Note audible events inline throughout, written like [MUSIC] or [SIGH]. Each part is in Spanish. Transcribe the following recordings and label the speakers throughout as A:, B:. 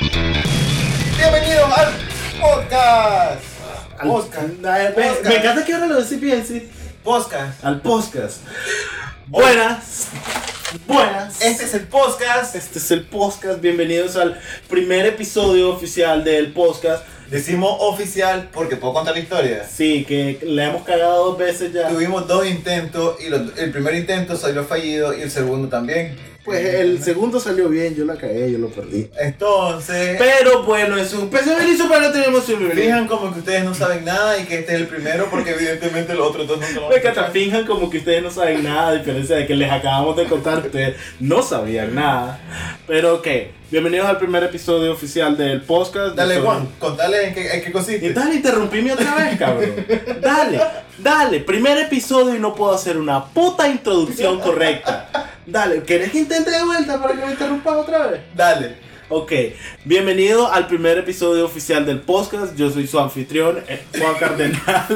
A: Eh, Me encanta que ahora lo decís bien, sí.
B: Podcast.
A: Al podcast. Buenas. Buenas.
B: Este es el podcast.
A: Este es el podcast. Bienvenidos al primer episodio oficial del podcast.
B: Decimos oficial porque puedo contar la historia.
A: Sí, que le hemos cagado dos veces ya.
B: Tuvimos dos intentos y los- el primer intento salió fallido y el segundo también.
A: Pues el segundo salió bien, yo la cagué, yo lo perdí.
B: Entonces,
A: Pero bueno, es un peso belizo, pero no tenemos un
B: fijan como que ustedes no saben nada y que este es el primero porque evidentemente los otros dos nunca lo van a
A: Me encanta,
B: escuchar.
A: finjan como que ustedes no saben nada, a diferencia de que les acabamos de contar, ustedes no sabían nada. Pero ok, bienvenidos al primer episodio oficial del podcast.
B: Dale,
A: Nosotros-
B: Juan, contale en qué, en qué
A: Y
B: consiste.
A: dale, interrumpime otra vez, cabrón. Dale, dale, primer episodio y no puedo hacer una puta introducción correcta. Dale, ¿querés que intente de vuelta para que me interrumpas otra vez?
B: Dale.
A: Ok, bienvenido al primer episodio oficial del podcast. Yo soy su anfitrión, eh, Juan Cardenal.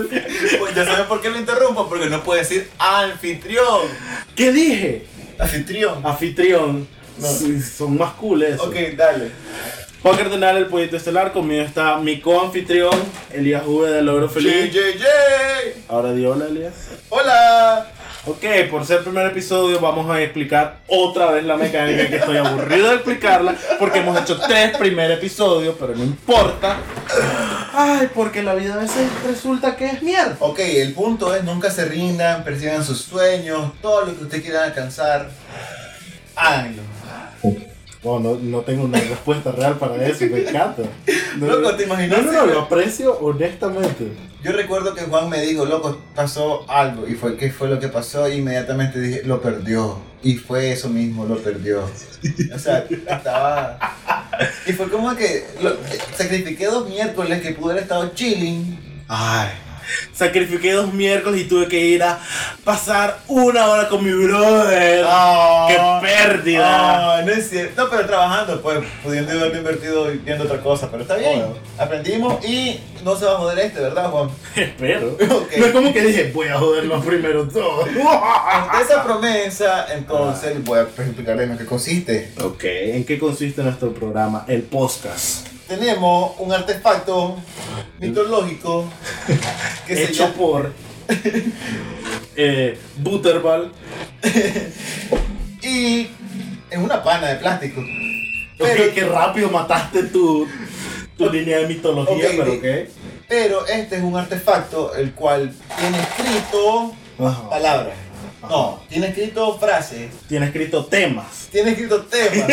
B: Pues ya sabes por qué lo interrumpo, porque no puedo decir anfitrión.
A: ¿Qué dije?
B: Anfitrión.
A: anfitrión.
B: No.
A: Sí, Son más cool eso.
B: Ok, dale.
A: Juan Cardenal, el pollito estelar. Conmigo está mi co-anfitrión, Elías Juve del Logro Feliz.
B: JJJ.
A: Ahora di hola, Elías.
B: Hola.
A: Ok, por ser primer episodio, vamos a explicar otra vez la mecánica que estoy aburrido de explicarla porque hemos hecho tres primer episodios, pero no importa. Ay, porque la vida a veces resulta que es mierda.
B: Ok, el punto es nunca se rindan, persigan sus sueños, todo lo que ustedes quieran alcanzar, háganlo.
A: Bueno, no, no tengo una respuesta real para eso, me encanta.
B: Loco, ¿te
A: no,
B: imaginas?
A: no, no, lo aprecio honestamente.
B: Yo recuerdo que Juan me dijo, loco, pasó algo, y fue qué fue lo que pasó, y inmediatamente dije, lo perdió. Y fue eso mismo, lo perdió. O sea, estaba... Y fue como que lo- sacrifiqué dos miércoles que pude haber estado chilling.
A: Ay. Sacrifiqué dos miércoles y tuve que ir a pasar una hora con mi brother. Ah, ¡Qué pérdida!
B: Ah, no es cierto. No, pero trabajando, pues, pudiendo haberlo invertido viendo otra cosa, pero está bien.
A: Bueno.
B: Aprendimos y no se va a joder este, ¿verdad, Juan?
A: [LAUGHS] Espero.
B: Ok.
A: No es como que dije, voy a joder los primeros dos.
B: Ante
A: Ah.
B: esa promesa, entonces Ah. voy a explicarles en lo que consiste.
A: [LAUGHS] ok, ¿en qué consiste nuestro programa? El podcast.
B: Tenemos un artefacto mitológico que se
A: Hecho
B: llama
A: [LAUGHS] por eh, Butterball.
B: y es una pana de plástico.
A: Ok,
B: Pero-
A: qué rápido mataste tu, tu línea de mitología,
B: Ok,
A: pero
B: di-
A: qué.
B: Pero este es un artefacto el cual tiene escrito
A: Ajá.
B: palabras. No, tiene escrito frases.
A: Tiene escrito temas.
B: Tiene escrito
A: [LAUGHS]
B: tema.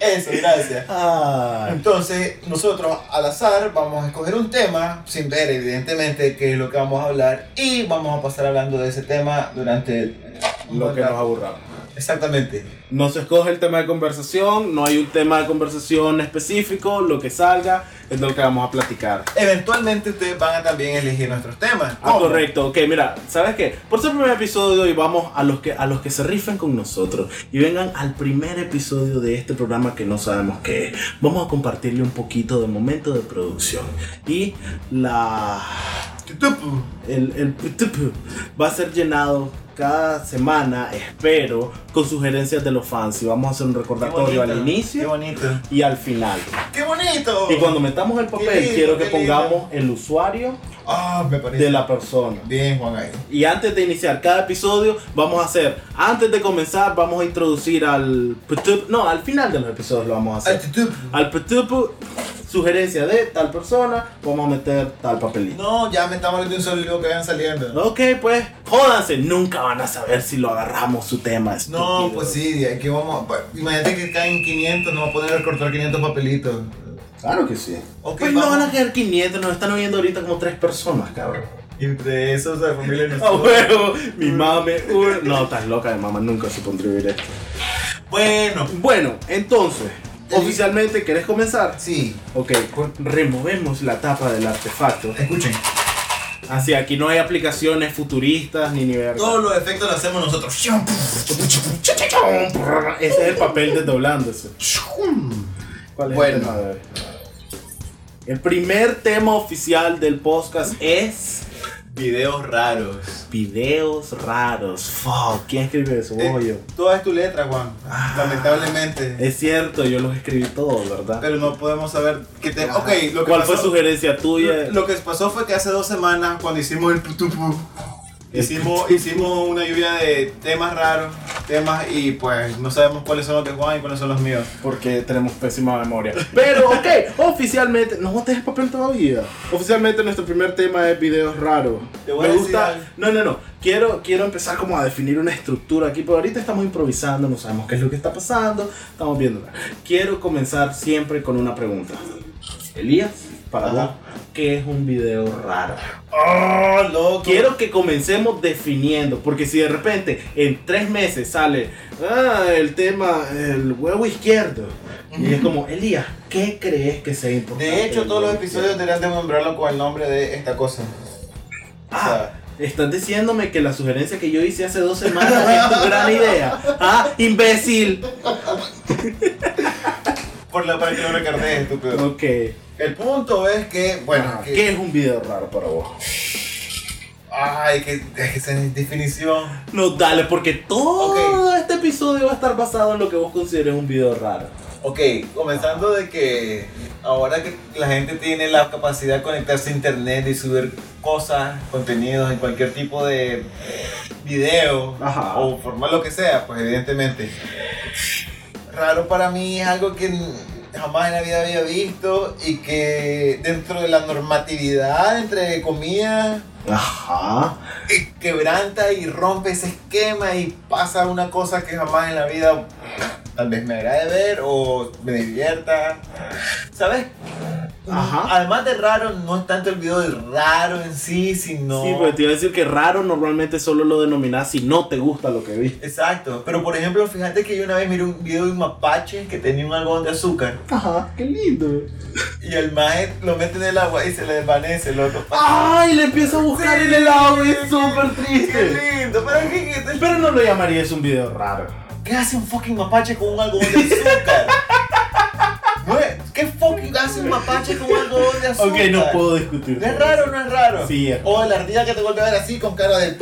B: Eso, gracias.
A: Ay.
B: Entonces, nosotros al azar vamos a escoger un tema, sin ver evidentemente qué es lo que vamos a hablar, y vamos a pasar hablando de ese tema durante un
A: Lo
B: buen
A: que nos
B: rato.
A: aburramos.
B: Exactamente.
A: No se escoge el tema de conversación, no hay un tema de conversación específico, lo que salga es de lo que vamos a platicar.
B: Eventualmente ustedes van a también elegir nuestros temas.
A: Ah,
B: ¿Cómo?
A: correcto, ok, mira, ¿sabes qué? Por ser el primer episodio y vamos a los, que, a los que se rifen con nosotros y vengan al primer episodio de este programa que no sabemos qué es, vamos a compartirle un poquito de momento de producción y la...
B: Tutupu.
A: El, el [LAUGHS] PTP va a ser llenado cada semana, espero, con sugerencias de los fans y vamos a hacer un
B: Qué
A: recordatorio
B: bonito.
A: al
B: Qué
A: inicio
B: bonito.
A: y al final.
B: ¡Qué bonito!
A: Y cuando metamos el papel,
B: Qué lindo,
A: quiero que
B: qué lindo.
A: pongamos el usuario
B: Ah, me parece.
A: de la persona.
B: Bien, Juan ahí.
A: Y antes de iniciar cada episodio, vamos a hacer, antes de comenzar, vamos a introducir al PTP, no, al final de los episodios lo vamos a
B: Ah,
A: hacer.
B: tutupu.
A: Al PTP, sugerencia de tal persona, vamos a meter tal papelito.
B: No, ya me estamos de un solo y luego que vayan saliendo.
A: Ok, pues, jódanse, nunca van a saber si lo agarramos su tema.
B: No,
A: estúpido.
B: pues sí, de aquí vamos. a- Imagínate que caen 500, no va a poder recortar 500 papelitos.
A: Claro que sí.
B: Ok,
A: pues
B: vamos.
A: no van a quedar 500, nos están oyendo ahorita como tres personas, cabrón.
B: Entre esos, la familia
A: A huevo, mi mame. uh, No, estás loca de mamá, nunca se contribuiré.
B: Bueno,
A: Bueno, entonces, oficialmente, ¿querés comenzar?
B: sí,
A: Ok, con- removemos la tapa del artefacto.
B: escuchen.
A: Así, aquí no hay aplicaciones futuristas ni nivel.
B: Todos los efectos los hacemos nosotros.
A: Ese es el papel desdoblándose. ¿Cuál es
B: Bueno.
A: el tema de hoy? El primer tema oficial del podcast es
C: Videos raros.
A: Videos raros. Fuck, ¿quién escribe eso?
B: Eh.
A: Vos o yo.
B: Toda es tu letra, Juan.
A: Ah.
B: Lamentablemente.
A: Es cierto, yo los escribí todos, ¿verdad?
B: Pero no podemos saber qué te.
A: Ajá.
B: Ok, lo que
A: ¿Cuál
B: pasó,
A: fue sugerencia tuya?
B: lo, lo que pasó fue que hace dos semanas, cuando hicimos el putupu, hicimos, hicimos una lluvia de temas raros, temas y pues no sabemos cuáles son los de Juan y cuáles son los míos.
A: Porque tenemos
B: [LAUGHS]
A: pésima memoria. Pero, ok, oficialmente. No botes el papel todavía. Oficialmente, nuestro primer tema es videos raros.
B: Te voy
A: Me
B: a decir
A: gusta.
B: algo.
A: No, no, no. Quiero, quiero empezar como a definir una estructura aquí. Pero ahorita estamos improvisando, no sabemos qué es lo que está pasando. Estamos viendo. Quiero comenzar siempre con una pregunta. Elías, para
B: Ajá.
A: vos, ¿qué es un video raro?
B: ¡Oh,
A: ¡Ah,
B: loco!
A: Quiero que comencemos definiendo, porque si de repente en tres meses sale ah, el tema, el huevo izquierdo, y es como, Elías, ¿qué crees que sea importante?
B: De hecho,
A: del
B: todos los
A: huevo
B: episodios
A: izquierdo?
B: deberían de nombrarlo con el nombre de esta cosa. O
A: Ah,
B: sea,
A: estás diciéndome que la sugerencia que yo hice hace dos semanas es tu gran idea. ¡Ah, imbécil!
B: por la para que lo recargues, estúpido.
A: Ok.
B: El punto es que, bueno,
A: Ajá,
B: que-
A: Ah, ¿Qué es un video raro para vos?
B: ay, que, es que esa es definición.
A: No, dale, porque todo este episodio va a estar basado en lo que vos consideres un video raro.
B: Ok, comenzando de que ahora que la gente tiene la capacidad de conectarse a internet y subir cosas, contenidos en cualquier tipo de eh, video
A: Ajá.
B: o forma lo que sea, pues evidentemente. Raro para mí es algo que jamás en la vida había visto y que dentro de la normatividad, entre comillas,
A: Ajá.
B: eh, quebranta y rompe ese esquema y pasa una cosa que jamás en la vida tal vez me agrade ver o me divierta. ¿Sabes?
A: Ajá.
B: Además de raro, no es tanto el video de raro en sí, sino...
A: Sí, pues, pero te iba a decir que raro normalmente solo lo denominas si no te gusta lo que viste.
B: Exacto, pero por ejemplo, fíjate que yo una vez miré un video de un mapache que tenía un algodón de azúcar
A: Ajá, qué lindo.
B: y el maje lo mete en el agua y se le desvanece el otro.
A: Ah, ¡Ay! Le empiezo a buscar
B: Sí.
A: en el helado y es súper triste.
B: ¡Qué lindo! ¿Pero qué, qué, qué-
A: Pero no lo llamaría es un video raro.
B: ¿Qué hace un fucking mapache con un algodón de
A: [LAUGHS]
B: azúcar? No es- ¿Qué fucking hace un mapache con un algodón de azúcar?
A: Ok, no puedo discutir.
B: ¿No es raro o no es raro?
A: Sí, es.
B: O la ardilla que te vuelve a ver así con cara de...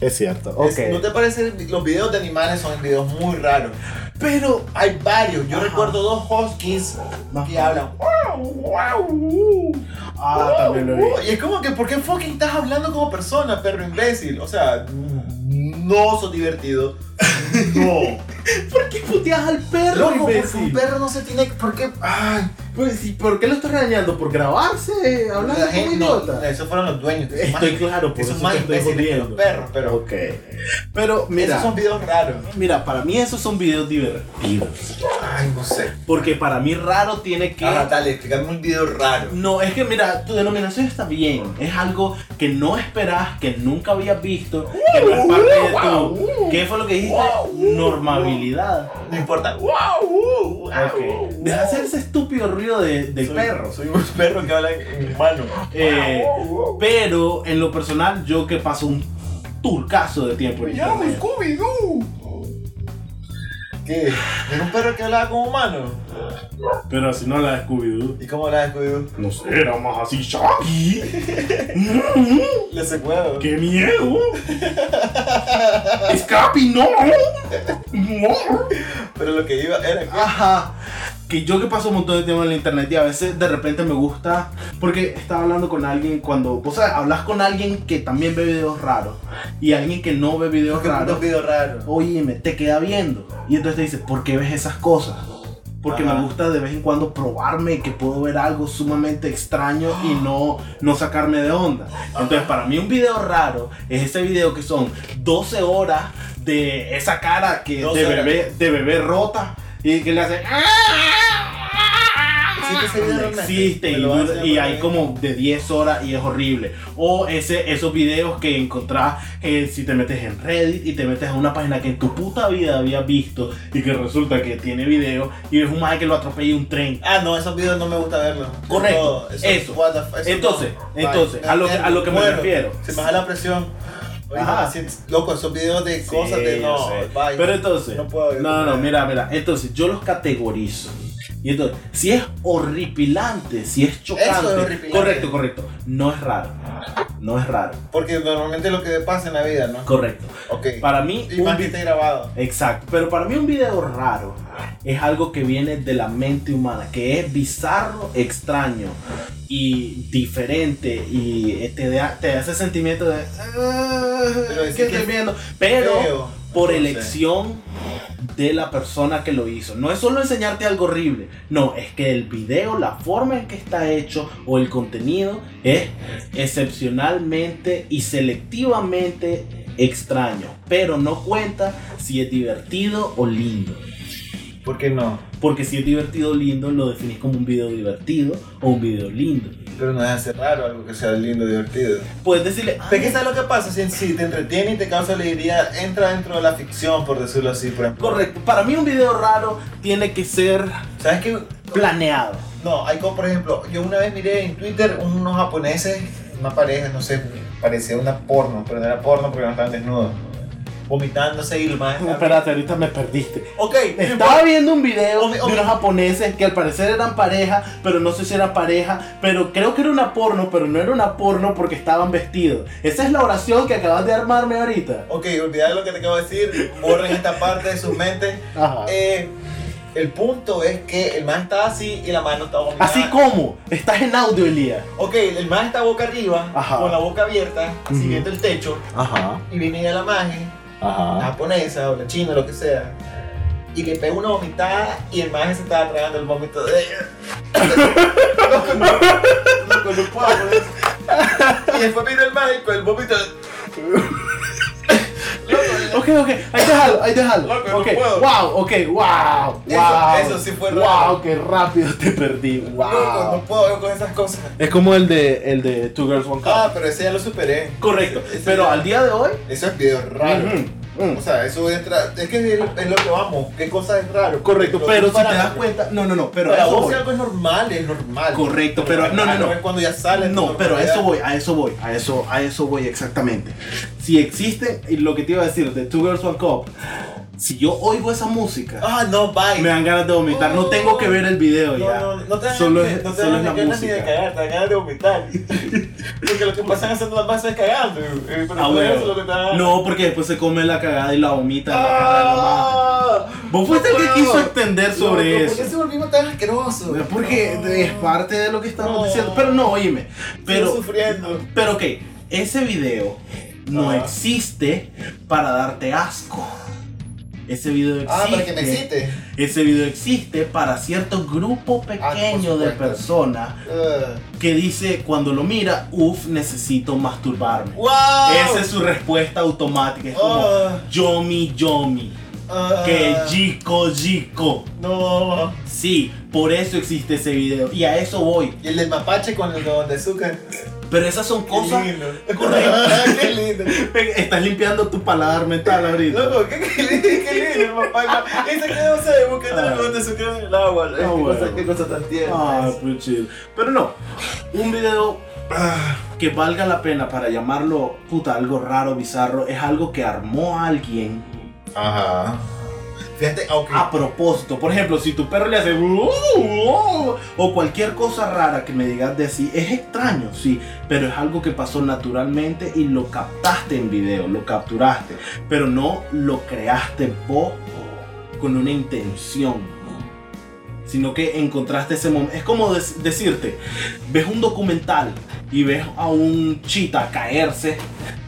A: Es cierto, ok.
B: ¿No te parece? Los videos de animales son videos muy raros.
A: Pero.
B: Hay varios. Yo
A: Ajá.
B: recuerdo dos huskies que
A: Ajá.
B: hablan... "Wow, wow, wow".
A: Ah, también lo vi.
B: Oh, Y es como que, ¿por qué fucking estás hablando como persona, perro imbécil? O sea, no sos
A: [LAUGHS]
B: divertido. No.
A: ¿Por qué puteas al perro,
B: Loco, porque un
A: imbécil?
B: perro no se tiene que. ¿Por qué? Ay,
A: Pues, ¿y ¿Por qué lo estás regañando? ¿Por grabarse? ¿Hablando
B: la
A: como
B: gente- no,
A: idiota?
B: esos fueron los dueños. que son más-
A: eh, Estoy claro, por
B: que
A: eso
B: son más
A: te estoy
B: imbéciles que los
A: jodiendo.
B: perros, pero.
A: Ok. Pero mira.
B: Esos son videos raros.
A: Mira, para mí esos son videos divertidos.
B: Ay, no sé.
A: Porque para mí raro tiene que...
B: Ajá, dale, explícame un video raro.
A: No, es que mira, tu denominación está bien. Es algo que no esperas, que nunca habías visto, que no es parte de tu... ¿Qué fue lo que dijiste? Normabilidad.
B: No importa. uh, ¡Wow! wow, wow, wow.
A: Ok. Deja hacer ese estúpido ruido de, del
B: uh, Soy-
A: perro.
B: Soy un perro que habla en humano. uh,
A: Eh,
B: Wow, wow, wow.
A: Pero en lo personal, yo que paso un turcazo de tiempo. en internet.
B: uh. pues, Scooby-Doo. ¿Qué? ¿Era un perro que hablaba como humano?
A: Pero si no la descubrí.
B: ¿Y cómo hablaba Scooby-Doo?
A: No sé, era más así, Shaggy.
B: [LAUGHS] Le secuedo.
A: ¡Qué miedo! ¡Escapi, no! ¡No!
B: Pero lo que iba era
A: Ah,
B: que.
A: Ajá. Que yo que paso un montón de tiempo en la internet y a veces de repente me gusta. Porque estaba hablando con alguien cuando. Vos sabes, hablas con alguien que también ve videos raros. Y alguien que no ve
B: [LAUGHS]
A: videos raros.
B: Un video raro.
A: Óyeme, te queda viendo. Y entonces te dice, ¿por qué ves esas cosas? Porque
B: Ajá.
A: me gusta de vez en cuando probarme que puedo ver algo sumamente extraño y no, no sacarme de onda. Entonces, para mí un video raro es ese video que son 12 horas de esa cara que de
B: 12 horas.
A: bebé, de bebé rota y que le hace...
B: ¿Existe ese video?
A: No existe
B: Me
A: y,
B: lo
A: dura-
B: hace
A: y
B: por
A: hay
B: ahí.
A: como de 10 horas y es horrible. O ese, esos videos que encontrás eh, si te metes en Reddit y te metes a una página que en tu puta vida habías visto y que resulta que tiene video y es un maje que lo atropella un tren.
B: Ah, no, esos videos no me gusta verlos.
A: Correcto,
B: No,
A: eso.
B: what the f- eso
A: Entonces,
B: no.
A: entonces,
B: Bye.
A: a lo que- a lo que me
B: Muero.
A: refiero.
B: Se me baja la presión. Oye,
A: Ajá.
B: así es, loco, esos videos de cosas
A: Sí,
B: de
A: yo
B: no,
A: sé.
B: bye.
A: Pero entonces,
B: no puedo ver.
A: no, no, mira, mira, entonces yo los categorizo. Y entonces, si es horripilante, si es chocante.
B: Eso es horripilante.
A: Correcto, correcto. No es raro. No es raro.
B: Porque normalmente lo que pasa en la vida, ¿no?
A: Correcto.
B: Ok.
A: Para mí,
B: Y
A: un
B: más
A: vi-
B: que esté grabado.
A: Exacto, pero para mí un video raro es algo que viene de la mente humana, que es bizarro, extraño y diferente y te, da- te hace sentimiento de...
B: Pero
A: Pero
B: es
A: ¿Qué
B: que-
A: estoy viendo? Pero
B: Feo.
A: por
B: No sé.
A: elección de la persona que lo hizo. No es solo enseñarte algo horrible, no, es que el video, la forma en que está hecho o el contenido es excepcionalmente y selectivamente extraño, pero no cuenta si es divertido o lindo.
B: ¿Por qué no?
A: Porque si es divertido o lindo, lo definís como un video divertido o un video lindo.
B: Pero no es hacer raro algo que sea lindo, divertido.
A: Puedes decirle, "Ay,
B: Pero es que ¿sabes lo que pasa? Si, si te entretiene y te causa alegría, entra dentro de la ficción, por decirlo así, por ejemplo.
A: correcto, para mí un video raro tiene que ser
B: ¿Sabes qué?
A: planeado.
B: No, hay como, por ejemplo, yo una vez miré en Twitter unos japoneses, una pareja, no sé, parecía una porno, pero no era porno porque no estaban desnudos. Vomitándose y lo más...
A: Uh, Espérate, ahorita me perdiste.
B: Ok, no importa.
A: Estaba viendo un video
B: Omi- omi-
A: de unos japoneses que al parecer eran pareja, pero no sé si era pareja, pero creo que era una porno, pero no era una porno porque estaban vestidos. Esa es la oración que acabas de armarme ahorita.
B: Ok, olvidad lo que te acabo de decir, borren esta parte de sus mentes.
A: Ajá.
B: Eh, el punto es que el man estaba así y la mano estaba vomitando.
A: Así como, estás en audio, Elías.
B: Ok, el man está boca arriba,
A: Ajá.
B: con la boca abierta,
A: Ujú.
B: siguiendo el techo,
A: Ajá,
B: y viene ya la magia, la
A: ajá.
B: japonesa o la china, lo que sea, y le pega una vomitada y el maje se estaba tragando el vómito de ella. Loco, no- loco, no puedo, bro. y después vino el maje con el vómito. Loco,
A: Ok, ok, ahí déjalo, ahí déjalo.
B: Loco, no
A: Ok,
B: puedo.
A: wow, ok, wow, wow.
B: Eso- eso sí fue raro.
A: Wow, qué rápido te perdí,
B: loco,
A: wow.
B: no puedo yo con esas cosas.
A: Es como el de, el de Two Girls One Cup.
B: Ah, pero ese ya lo superé.
A: Correcto,
B: Ese- ese
A: pero
B: ya-
A: al día de hoy...
B: Eso es video raro.
A: ujú, mm.
B: O sea, eso es, tra- es que es, es lo que vamos. ¿Qué cosa es raro?
A: Correcto,
B: Lo que
A: pero
B: es
A: si te
B: para-
A: das cuenta, no, no, no, pero a
B: para
A: eso
B: vos
A: voy.
B: si algo es normal, es normal.
A: Correcto, pero-
B: es
A: no, no,
B: raro,
A: no.
B: Es cuando ya sale. tu
A: No, pero a eso
B: normalidad.
A: voy, a eso voy, a eso, a eso voy exactamente. Si existe, y lo que te iba a decir de Two Girls One Cup, si yo oigo esa música,
B: Ah, no, bye.
A: me dan ganas de vomitar, no tengo que ver el
B: no,
A: video ya.
B: no, no te dan
A: solo
B: ni-
A: es,
B: no te
A: solo
B: dan
A: es
B: ni
A: la
B: ganas ni de
A: música.
B: cagar, te dan ganas de
A: [LAUGHS]
B: vomitar. Porque lo que pasan haciendo las masas es cagando. eh, Pero
A: Ah,
B: no
A: bueno.
B: es eso lo que te dan.
A: No, porque después se come la cagada y la vomita en la cara de la madre.
B: Ah,
A: Vos fuiste el que
B: puedo.
A: quiso extender sobre
B: Loco, ¿Por
A: eso.
B: qué se volvimos tan asquerosos?
A: Porque
B: No.
A: es parte de lo que estamos
B: No.
A: diciendo. Pero no, oíme. Pero
B: Estoy sufriendo. Ah.
A: Pero ok, ese video no
B: Ajá.
A: existe para darte asco. Ese video existe.
B: Ah, para que me excite. Ah,
A: Ese video existe para cierto grupo
B: por
A: pequeño de
B: supuesto.
A: personas
B: Ah.
A: que dice cuando lo mira, uff, necesito masturbarme.
B: ¡Wow!
A: Esa es su respuesta automática. Es como
B: Ah,
A: yomi yomi.
B: ah.
A: Que jico jico.
B: No.
A: Sí, por eso existe ese video. Y a eso voy.
B: Y el del mapache con el don de azúcar.
A: Pero esas son cosas.
B: Qué lindo.
A: Correcto.
B: [LAUGHS] qué lindo.
A: Estás limpiando tu paladar mental ahorita.
B: Loco, qué, qué lindo, qué lindo el mapache. Ese que no sabe buscando el don de azúcar en el agua. ¿no?
A: Ah,
B: qué, cosa,
A: bueno.
B: qué cosa tan tierna.
A: Ah,
B: es.
A: pues chido. Pero no, un video ah, que valga la pena para llamarlo puta algo raro, bizarro, es algo que armó a alguien
B: Ajá. Fíjate, aunque.
A: a propósito. Por ejemplo, si tu perro le hace "Uh, uh", o cualquier cosa rara que me digas de sí, es extraño, sí, pero es algo que pasó naturalmente y lo captaste en video, lo capturaste, pero no lo creaste vos con una intención. Sino que encontraste ese momento. Es como des- decirte, ves un documental y ves a un chita caerse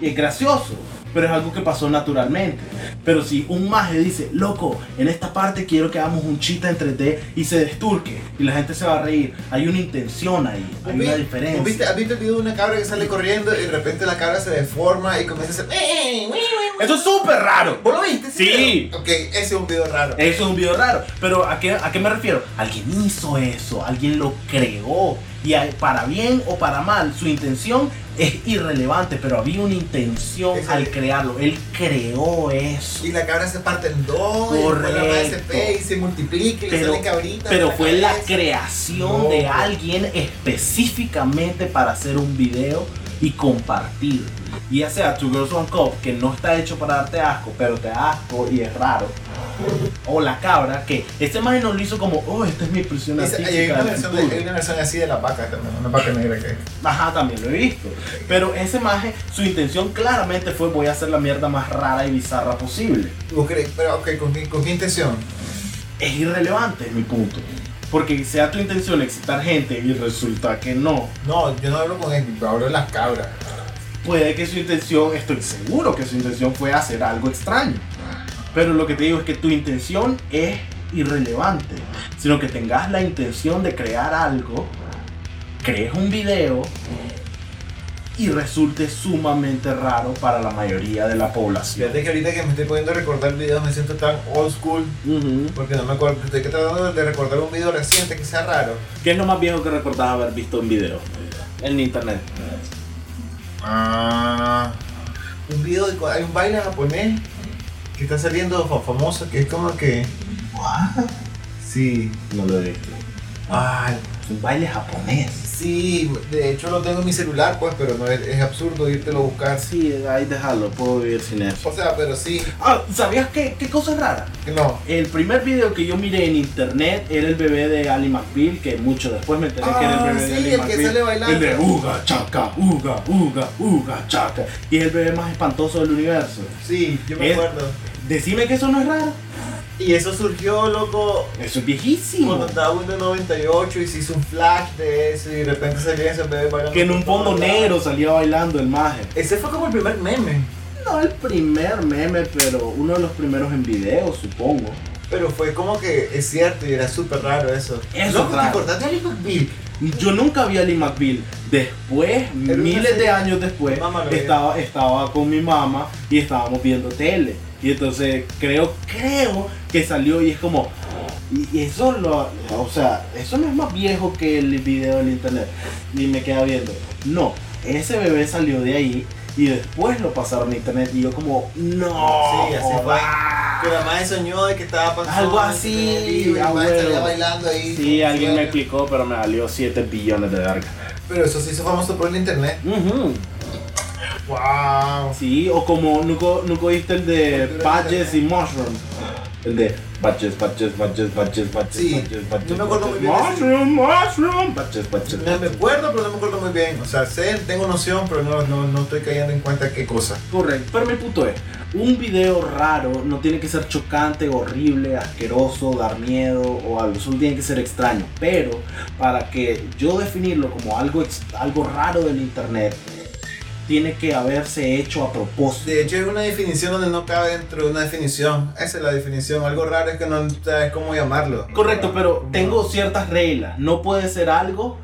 A: y es gracioso, pero es algo que pasó naturalmente. Pero si un maje dice, loco, en esta parte quiero que hagamos un chita en 3D y se desturque y la gente se va a reír, hay una intención ahí, hay una diferencia.
B: ¿Has visto, has visto el video de una cabra que sale corriendo y de repente la cabra se deforma y comienza a hacer. "Eh, eh, eh, eh, eh"?
A: Eso es súper raro.
B: ¿Vos lo viste?
A: Sí. Eh.
B: Ok, ese es un video raro.
A: Eso es un video raro. Pero ¿a qué, ¿a qué me refiero? Alguien hizo eso, alguien lo creó. Y a- para bien o para mal, su intención es irrelevante, pero había una intención
B: Ese-
A: al crearlo. Él creó eso.
B: Y la cabra se parte en dos, y después la madre se
A: Correcto.
B: pega y se multiplica y le
A: Pero-
B: salen cabritas.
A: Pero
B: de
A: fue la
B: cabeza.
A: creación
B: No,
A: de
B: bro.
A: alguien específicamente para hacer un video y compartir. Y ya sea Two Girls One Cup, que no está hecho para darte asco, pero te da asco y es raro. o la cabra, que este imagen nos lo hizo como, oh, esta es mi expresión
B: Esa- Hay
A: artística
B: una,
A: del
B: versión de- hay
A: futuro.
B: una versión así de la vaca también, una vaca negra que
A: Ajá, también lo he visto. Pero ese imagen, su intención claramente fue voy a hacer la mierda más rara y bizarra posible.
B: ¿Vos crees? Pero, ok, ¿con qué, con qué intención?
A: Es irrelevante, es mi punto. Porque sea tu intención excitar gente y resulta que no,
B: No, yo no hablo con él, yo hablo de las cabras.
A: puede que su intención, estoy seguro que su intención fue hacer algo extraño. Pero lo que te digo es que tu intención es irrelevante, sino que tengas la intención de crear algo, crees un video y resulte sumamente raro para la mayoría de la población.
B: Fíjate que ahorita que me estoy poniendo a recordar videos me siento tan old school
A: Ujú.
B: porque no me acuerdo. Estoy tratando de recordar un video reciente que sea raro.
A: ¿Qué es lo más viejo que recordás haber visto en video? En internet.
B: Ah, un video de. Hay un baile japonés que está saliendo fa- famoso que es como que. Sí.
A: No lo he visto.
B: Ay,
A: Un baile japonés.
B: sí, de hecho lo tengo en mi celular, pues, pero no es, es absurdo írtelo a buscar.
A: Sí, ahí déjalo, puedo vivir sin eso.
B: O sea, pero sí,
A: Ah, ¿sabías qué, qué cosa es rara?
B: que no.
A: El primer video que yo miré en internet era el bebé de Ali McBeal, que mucho después me enteré que era
B: Ah,
A: el bebé
B: sí,
A: de Ali
B: el que
A: McBeal.
B: sale bailando.
A: El de Uga, Chaca, Uga, Uga, Uga, Chaca. Y es el bebé más espantoso del universo.
B: Sí, yo me
A: Es-
B: acuerdo.
A: Decime que eso no es raro.
B: Y eso surgió, loco,
A: Eso es
B: cuando
A: viejísimo.
B: estaba Windows 98 y se hizo un flash de eso y de repente salía ese bebé bailando.
A: Que en un
B: por
A: fondo
B: todos lados.
A: negro salía bailando el maje.
B: Ese fue como el primer meme.
A: No el primer meme, pero uno de los primeros en video, supongo.
B: Pero fue como que es cierto y era súper raro eso.
A: Eso
B: Loco,
A: raro.
B: ¿te acordaste de Ali McBeal?
A: Yo nunca vi a Lee McBeal. Después,
B: una
A: miles de
B: serie.
A: años después,
B: Mamá lo veía.
A: estaba, estaba con mi mamá y estábamos viendo tele. Y entonces creo, creo que salió y es como. Y y eso lo. O sea, eso no es más viejo que el video del internet. Y me queda viendo. No, ese bebé salió de ahí y después lo pasaron a internet. Y yo como, no.
B: Sí, así fue.
A: joda".
B: Que la madre soñó de que estaba pasando.
A: Algo así,
B: Y la
A: ah,
B: madre estaría
A: bueno.
B: bailando ahí.
A: Sí, alguien me
B: explicó.
A: explicó, pero me valió 7 billones de verga.
B: Pero eso se hizo famoso por el internet.
A: Ujú.
B: ¡Wow!
A: Sí, o como nunca, nunca oíste el de Patches y Mushroom. El de Patches, Patches, Patches, Patches, Patches,
B: Sí,
A: Patches, Patches.
B: yo me acuerdo
A: Patches,
B: muy bien de ese.
A: Mushroom, Mushroom. Patches, Patches.
B: No me
A: Patches.
B: acuerdo, pero no me acuerdo muy bien. O sea, sé, tengo noción, pero no, no, no estoy cayendo en cuenta qué cosa.
A: Correcto, pero mi punto es, un video raro no tiene que ser chocante, horrible, asqueroso, dar miedo o algo, solo tiene que ser extraño, pero para que yo definirlo como algo, ex- algo raro del internet, tiene que haberse hecho a propósito.
B: De hecho, es una definición donde no cabe dentro de una definición. Esa es la definición. Algo raro es que no sabes cómo llamarlo.
A: Correcto, pero tengo ciertas reglas. No puede ser algo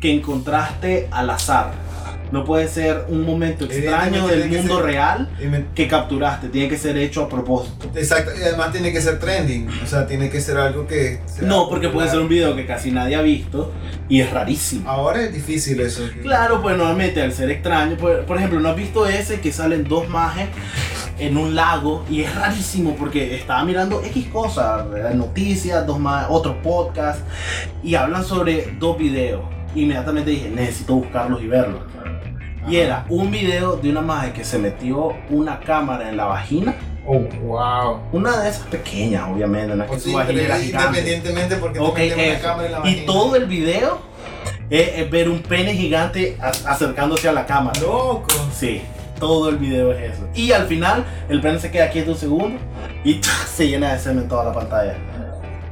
A: que encontraste al azar. No puede ser un momento extraño
B: Evidentemente
A: del
B: tiene que
A: mundo
B: ser-
A: real
B: Y me-
A: que capturaste. Tiene que ser hecho a propósito.
B: Exacto, y además tiene que ser trending. O sea, tiene que ser algo que. sea
A: No, porque puede
B: popular.
A: ser un video que casi nadie ha visto y es rarísimo.
B: Ahora es difícil eso.
A: Claro, pues normalmente al ser extraño, pues, por, por ejemplo, ¿no has visto ese que salen dos mages en un lago? Y es rarísimo porque estaba mirando X cosas, ¿verdad? noticias, dos mages, otro podcast, y hablan sobre dos videos. Inmediatamente dije, necesito buscarlos y verlos. Y era un video de una maje que se metió una cámara en la vagina,
B: Oh, wow.
A: una de esas pequeñas, obviamente, no es que
B: O Pues
A: su
B: sí,
A: vagina
B: pero
A: era gigante.
B: independientemente porque
A: Ok,
B: te meten una
A: eso.
B: cámara en la
A: Y
B: vagina.
A: todo el video es, es ver un pene gigante a- acercándose a la cámara.
B: Loco.
A: Sí, todo el video es eso. Y al final, el pene se queda quieto un segundo y [LAUGHS] se llena de semen toda la pantalla.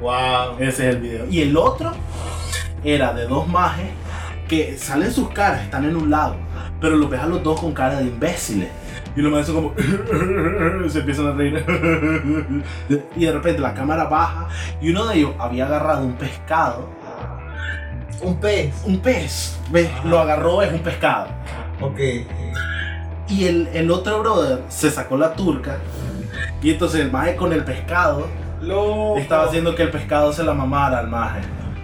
B: Wow.
A: Ese es el video. Y el otro era de dos majes que salen sus caras, están en un lado, pero los ves a los dos con cara de imbéciles. Y los majes son como. [LAUGHS] se empiezan a reír. [LAUGHS] y de repente la cámara baja y uno de ellos había agarrado un pescado.
B: Un pez.
A: Un pez, ¿ves?
B: Ajá.
A: Lo agarró, es un pescado.
B: Ok.
A: Y el, el otro brother se sacó la turca. Y entonces el maje con el pescado
B: Loco.
A: estaba haciendo que el pescado se la mamara al maje.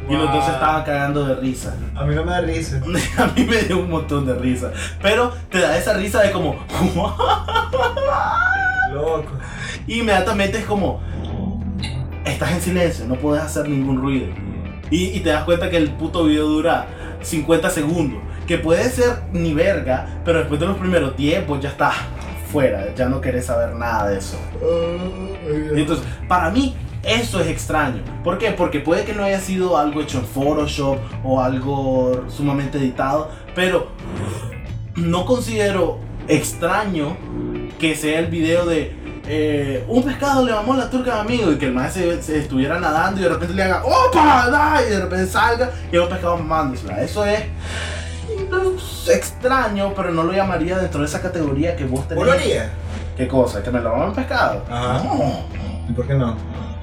A: Y los dos se
B: Wow.
A: estaban cagando de risa. [LAUGHS]
B: A mí no me da risa.
A: A mí me dio un montón de risa. Pero te da esa risa de como. [LAUGHS]
B: Loco.
A: y inmediatamente es como. Estás en silencio, no puedes hacer ningún ruido. Y, y te das cuenta que el puto video dura 50 segundos. Que puede ser ni verga, pero después de los primeros 10 vos ya estás fuera, ya no querés saber nada de eso. Y entonces, para mí, eso es extraño. ¿Por qué? Porque puede que no haya sido algo hecho en Photoshop o algo sumamente editado, pero no considero extraño que sea el video de eh, un pescado le mamó la turca a mi amigo y que el maestro se, se estuviera nadando y de repente le haga ¡Opa! ¡Da! Y de repente salga y hay un pescado mamándosela. Eso es mm, extraño, pero no lo llamaría dentro de esa categoría que vos tenés.
B: ¿Vos lo harías?
A: ¿Qué cosa? ¿Que me lo mamó un pescado?
B: Ajá.
A: No,
B: ¿Y por qué no?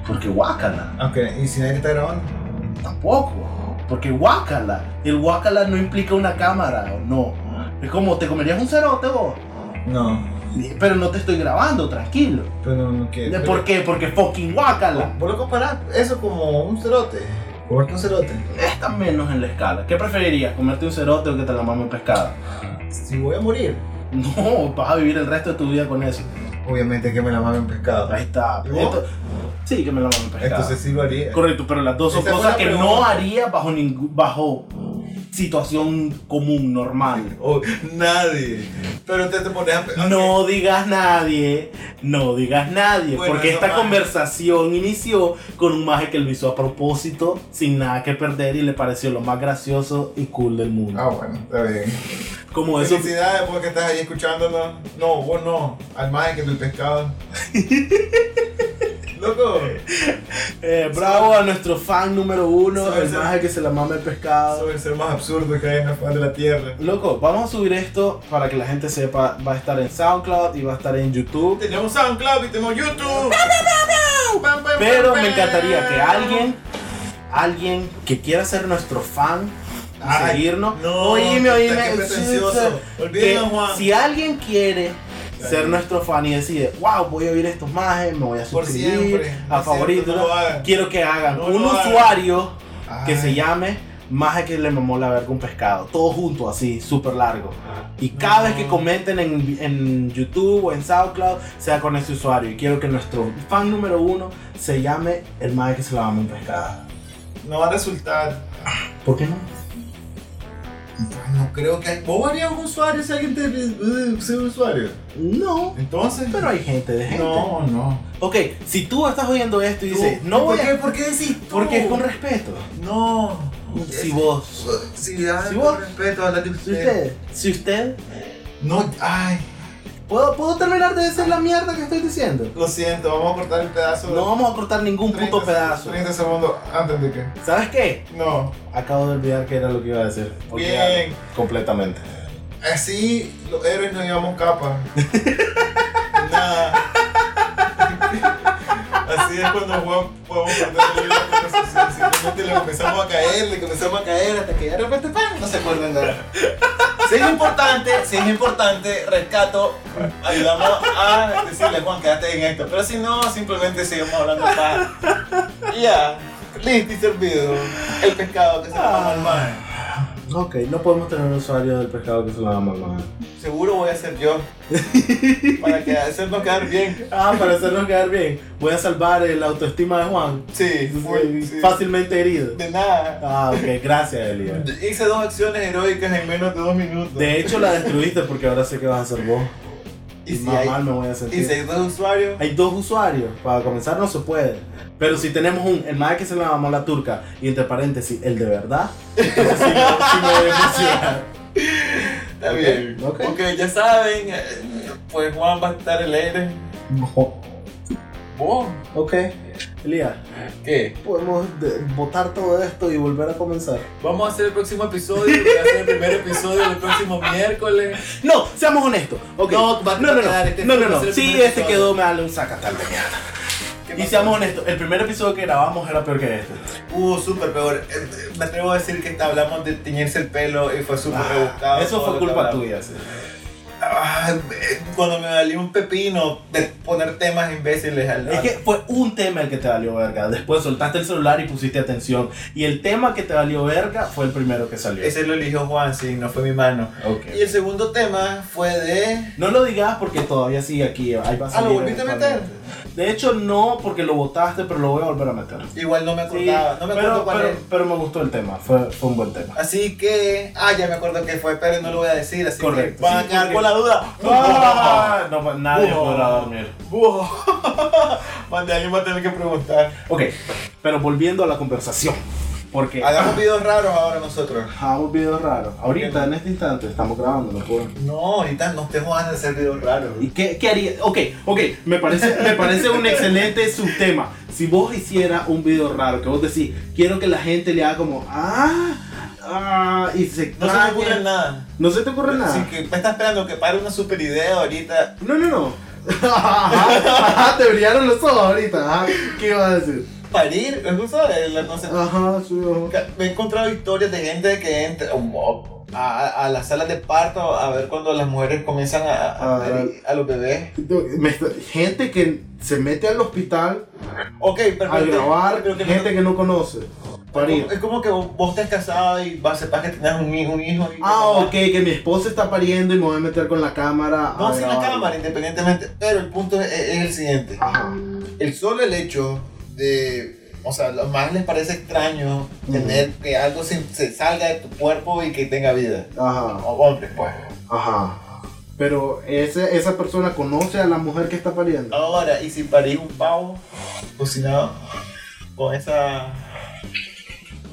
A: porque guácala.
B: Ok, ¿y si nadie está grabando?
A: Tampoco. Porque guácala. El guácala no implica una cámara, no. Es como, ¿te comerías un cerote vos?
B: No,
A: Pero no te estoy grabando, tranquilo.
B: Eh, pero no, no quiero.
A: ¿Por qué? Porque fucking guácala.
B: ¿Vos lo comparás eso como un cerote? ¿Comerte un cerote?
A: Está menos en la escala. ¿Qué preferirías? ¿Comerte un cerote o que te la mame un pescado?
B: Si voy a morir,
A: No, vas a vivir el resto de tu vida con eso.
B: obviamente que me la mamen pescado.
A: Ahí está.
B: ¿Y vos?
A: Esto- sí, que me la mame un pescado.
B: Entonces sí lo haría.
A: Correcto, pero las dos son
B: Esa fue
A: cosas
B: la
A: que no
B: pregunta.
A: haría bajo ningún bajo situación común, normal.
B: O- nadie. Pero te, te pones a... pe- Ok.
A: No digas nadie, no digas nadie,
B: Bueno,
A: porque
B: eso
A: esta
B: va.
A: conversación inició con un maje que lo hizo a propósito, sin nada que perder y le pareció lo más gracioso y cool del mundo.
B: Ah, bueno, está bien.
A: Como eso,
B: Felicidades porque estás ahí escuchándonos. No, vos no. Al más que del
A: [LAUGHS]
B: pescado. Loco,
A: eh, bravo a nuestro fan número uno,
B: Sobre
A: el
B: ese-
A: maje que se la mama el pescado.
B: soy el ser más absurdo que hay en la faz de la tierra.
A: Loco, vamos a subir esto para que la gente sepa, va a estar en SoundCloud y va a estar en YouTube.
B: Tenemos SoundCloud y tenemos YouTube.
A: Pero me encantaría que alguien, alguien que quiera ser nuestro fan y
B: Ay,
A: seguirnos.
B: no,
A: oíme,
B: qué
A: oíme.
B: pretencioso.
A: que
B: Olvídalo, Juan.
A: si alguien quiere
B: Claro.
A: ser nuestro fan y decide, wow, voy a oír estos majes, me voy a
B: Por
A: suscribir
B: siempre.
A: a
B: Por
A: favoritos.
B: cierto, no lo hagan.
A: quiero que hagan
B: No
A: un
B: lo hagan.
A: usuario que
B: Ay.
A: se llame Maje que le mamó la verga un pescado. Todo junto, así, súper largo. Y cada vez que
B: Ah. No.
A: comenten en, en YouTube o en SoundCloud, sea con ese usuario. Y quiero que nuestro fan número uno se llame el maje que se la mamó un pescado.
B: No va a resultar.
A: ¿Por qué no?
B: No creo que hay. ¿Vos harías un usuario si alguien te eh, sea un usuario?
A: No,
B: Entonces.
A: pero hay gente de gente.
B: No, no.
A: Ok, si tú estás oyendo esto y
B: Tú-
A: dices, no voy
B: ¿Por qué?
A: a...
B: ¿Por qué decís tú?
A: Porque es con respeto.
B: No.
A: Si vos...
B: Si dan
A: Si
B: con
A: vos-
B: respeto a la de
A: Si
B: usted.
A: usted... Si usted...
B: No, ay.
A: ¿Puedo, ¿Puedo terminar de decir la mierda que estoy diciendo?
B: Lo siento, vamos a cortar el pedazo.
A: No vamos a cortar ningún
B: 30
A: puto pedazo.
B: 30 segundos antes de que.
A: ¿Sabes qué?
B: No.
A: Acabo de olvidar que era lo que iba a decir.
B: Bien.
A: Completamente.
B: Así los héroes no llevamos capa. Nada. Así es cuando Juan podemos perder la conversación. Simplemente le comenzamos a caer, le comenzamos a caer hasta que ya de repente ¡pam! no se acuerdan nada. Si es importante, si es importante, rescato, ayudamos a decirle Juan, quédate en esto. Pero si no, simplemente seguimos hablando paz. Y ya, listo y servido. El pescado que se va al mar.
A: Ok, no podemos tener un usuario del pescado que se la da mamá.
B: Seguro voy a ser
A: [LAUGHS]
B: yo. Para que hacernos quedar bien.
A: Ah, para [LAUGHS] hacernos quedar bien, voy a salvar el autoestima de Juan.
B: Sí, full, sí.
A: Fácilmente herido.
B: De nada.
A: Ah, ok, gracias, Elías.
B: Hice dos acciones heroicas en menos de dos minutos.
A: De hecho, la destruiste porque ahora sé que vas a ser vos.
B: y si
A: Más
B: hay,
A: mal me voy a
B: y si
A: sentir.
B: hay dos usuarios,
A: Hay dos usuarios. Para comenzar, no se puede. Pero si tenemos un, el más que se la mamó la turca, y entre paréntesis, el de verdad, entonces sí, me- sí me voy a emocionar.
B: está
A: Ok,
B: bien.
A: ok.
B: Porque ya saben, eh, pues Juan va a estar el aire. ¿Vos?
A: Ok, Elías.
B: ¿Qué?
A: Podemos de- botar todo esto y volver a comenzar.
B: Vamos a hacer el próximo episodio. Voy a hacer el primer episodio el próximo miércoles.
A: No, seamos honestos. ok.
B: No, va-
A: no, no, no.
B: va a quedar este-
A: no, no,
B: va a
A: no.
B: ser el
A: Sí,
B: primer
A: este
B: episodio.
A: quedó, me dale un sacatal de mierda.
B: ¿Qué
A: Y
B: pasó?
A: seamos honestos, el primer episodio que grabamos era peor que este.
B: Uh, súper peor. Eh, Me atrevo a decir que hablamos de teñirse el pelo y fue súper
A: Ah,
B: rebuscado.
A: eso
B: todo
A: fue
B: lo que
A: culpa
B: hablamos.
A: tuya. sí.
B: Ah, eh, cuando me valió un pepino de poner temas imbéciles al
A: Es que fue un tema el que te valió verga. Después soltaste el celular y pusiste atención. Y el tema que te valió verga fue el primero que salió.
B: Ese lo eligió Juan, sí, no fue mi mano.
A: Ok.
B: Y el segundo tema fue de.
A: No lo digas porque todavía sigue aquí. Ahí va a
B: Ah,
A: salir
B: lo volviste a meter.
A: eventualmente. De hecho, no porque lo votaste, pero lo voy a volver a meter.
B: Igual no me
A: Sí,
B: acordaba, no me acuerdo
A: pero,
B: cuál
A: pero,
B: es.
A: pero me gustó el tema, fue, fue un buen
B: [LAUGHS]
A: tema.
B: Así que, ah, ya me acuerdo que fue, pero no lo voy a decir, así
A: Correcto,
B: que van
A: sí,
B: a quedar
A: porque-
B: con la duda.
A: [LAUGHS] Ah, no, pues, nadie
B: Wow.
A: podrá dormir.
B: [LAUGHS] Wow. Mande, alguien va a tener que preguntar.
A: Ok, pero volviendo a la conversación. Porque
B: Hagamos videos raros ahora nosotros.
A: Ah, un video raro. Ahorita, en este instante, estamos grabando, no puedo.
B: No, ahorita no te jodas de hacer videos raros.
A: ¿Y qué, qué haría? Ok, ok, me parece, me parece un excelente subtema. Si vos hicieras un video raro, que vos decís, quiero que la gente le haga como, ah, ah, y se
B: No se me ocurre
A: extrañe.
B: nada.
A: No se te ocurre nada.
B: Así que me está esperando que pare una super idea ahorita.
A: No,
B: [LAUGHS]
A: no, no. Ajá, ajá, te brillaron los ojos ahorita. ajá. ¿Qué ibas a decir?
B: Parir, ¿no sabes? La- No sé.
A: Ajá, sí, ajá.
B: Ca- Me he encontrado historias de gente que entra um, a, a las salas de parto a ver cuando las mujeres comienzan a, a- a
A: Ah.
B: parir a los bebés.
A: Me está- gente que se mete al hospital
B: Ok, perfecto.
A: a grabar
B: Pero que no-
A: gente que no conoce. Parir.
B: Es como que vos, vos estás casado y vas, sepas que tenés un hijo, un hijo. y-
A: Ah, ok, que mi esposa está pariendo y me voy a meter con la cámara.
B: No
A: a
B: así en la
A: grabar.
B: cámara, independientemente. Pero el punto es, es el siguiente.
A: Ajá.
B: El solo el hecho de... O sea, lo más les parece extraño tener que algo se, se salga de tu cuerpo y que tenga vida.
A: Ajá.
B: O hombres, pues.
A: Ajá. Pero ese, esa persona conoce a la mujer que está pariendo.
B: Ahora, ¿y si parís un pavo cocinado con esa...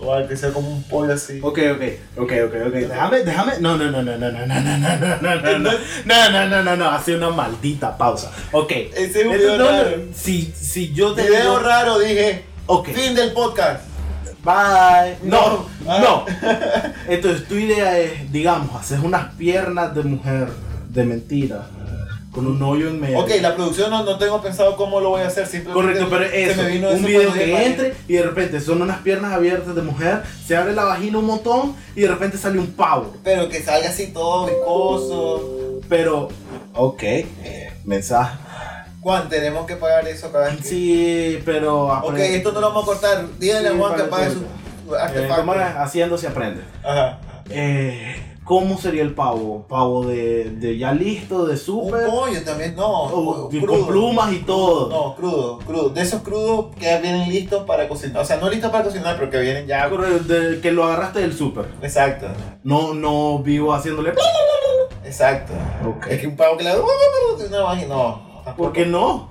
B: O algo que sea como un pollo así?
A: Ok, ok, ok, ok, ok. Déjame, déjame. No, no, no, no, no, no, no, no, no, no, no, no, no, no, no, no, no, no, hace una maldita pausa. Ok.
B: Ese es un
A: Entonces,
B: video
A: no, no,
B: raro.
A: Si, si yo te
B: Video
A: digo-
B: raro, dije.
A: Ok.
B: Fin del podcast.
A: Bye. No,
B: No.
A: no. Entonces tu idea es, digamos, haces unas piernas de mujer de mentira con un hoyo en medio.
B: Ok, la producción no, no tengo pensado cómo lo voy a hacer, simplemente
A: Correcto, pero
B: se
A: eso,
B: me vino
A: un
B: eso
A: video
B: cuando dije,
A: que
B: "Vale".
A: entre y de repente son unas piernas abiertas de mujer, se abre la vagina un montón y de repente sale un pavo.
B: Pero que salga así todo viscoso.
A: Pero, ok, eh, mensaje.
B: Juan, tenemos que pagar eso cada vez que-
A: Sí, pero...
B: Ok,
A: aprende.
B: esto no lo vamos a cortar. este Díganle a
A: Sí,
B: Juan que
A: para
B: pague
A: todo.
B: su
A: Eh,
B: artefacto.
A: ¿cómo es? haciendo se aprende.
B: Ajá.
A: Eh, ¿Cómo sería el pavo? ¿Pavo de, de ya listo, de
B: Un
A: súper?
B: pollo también, no.
A: Oh,
B: crudo.
A: con plumas y todo.
B: No, crudo, crudo. De esos crudos que vienen listos para cocinar. O sea, no listos para cocinar, pero que vienen ya.
A: De- que lo agarraste del súper.
B: Exacto,
A: No, no vivo haciéndole.
B: exacto.
A: Ok.
B: Es que un pavo que le da. uh, No, vagina, no. tampoco.
A: ¿Por qué no?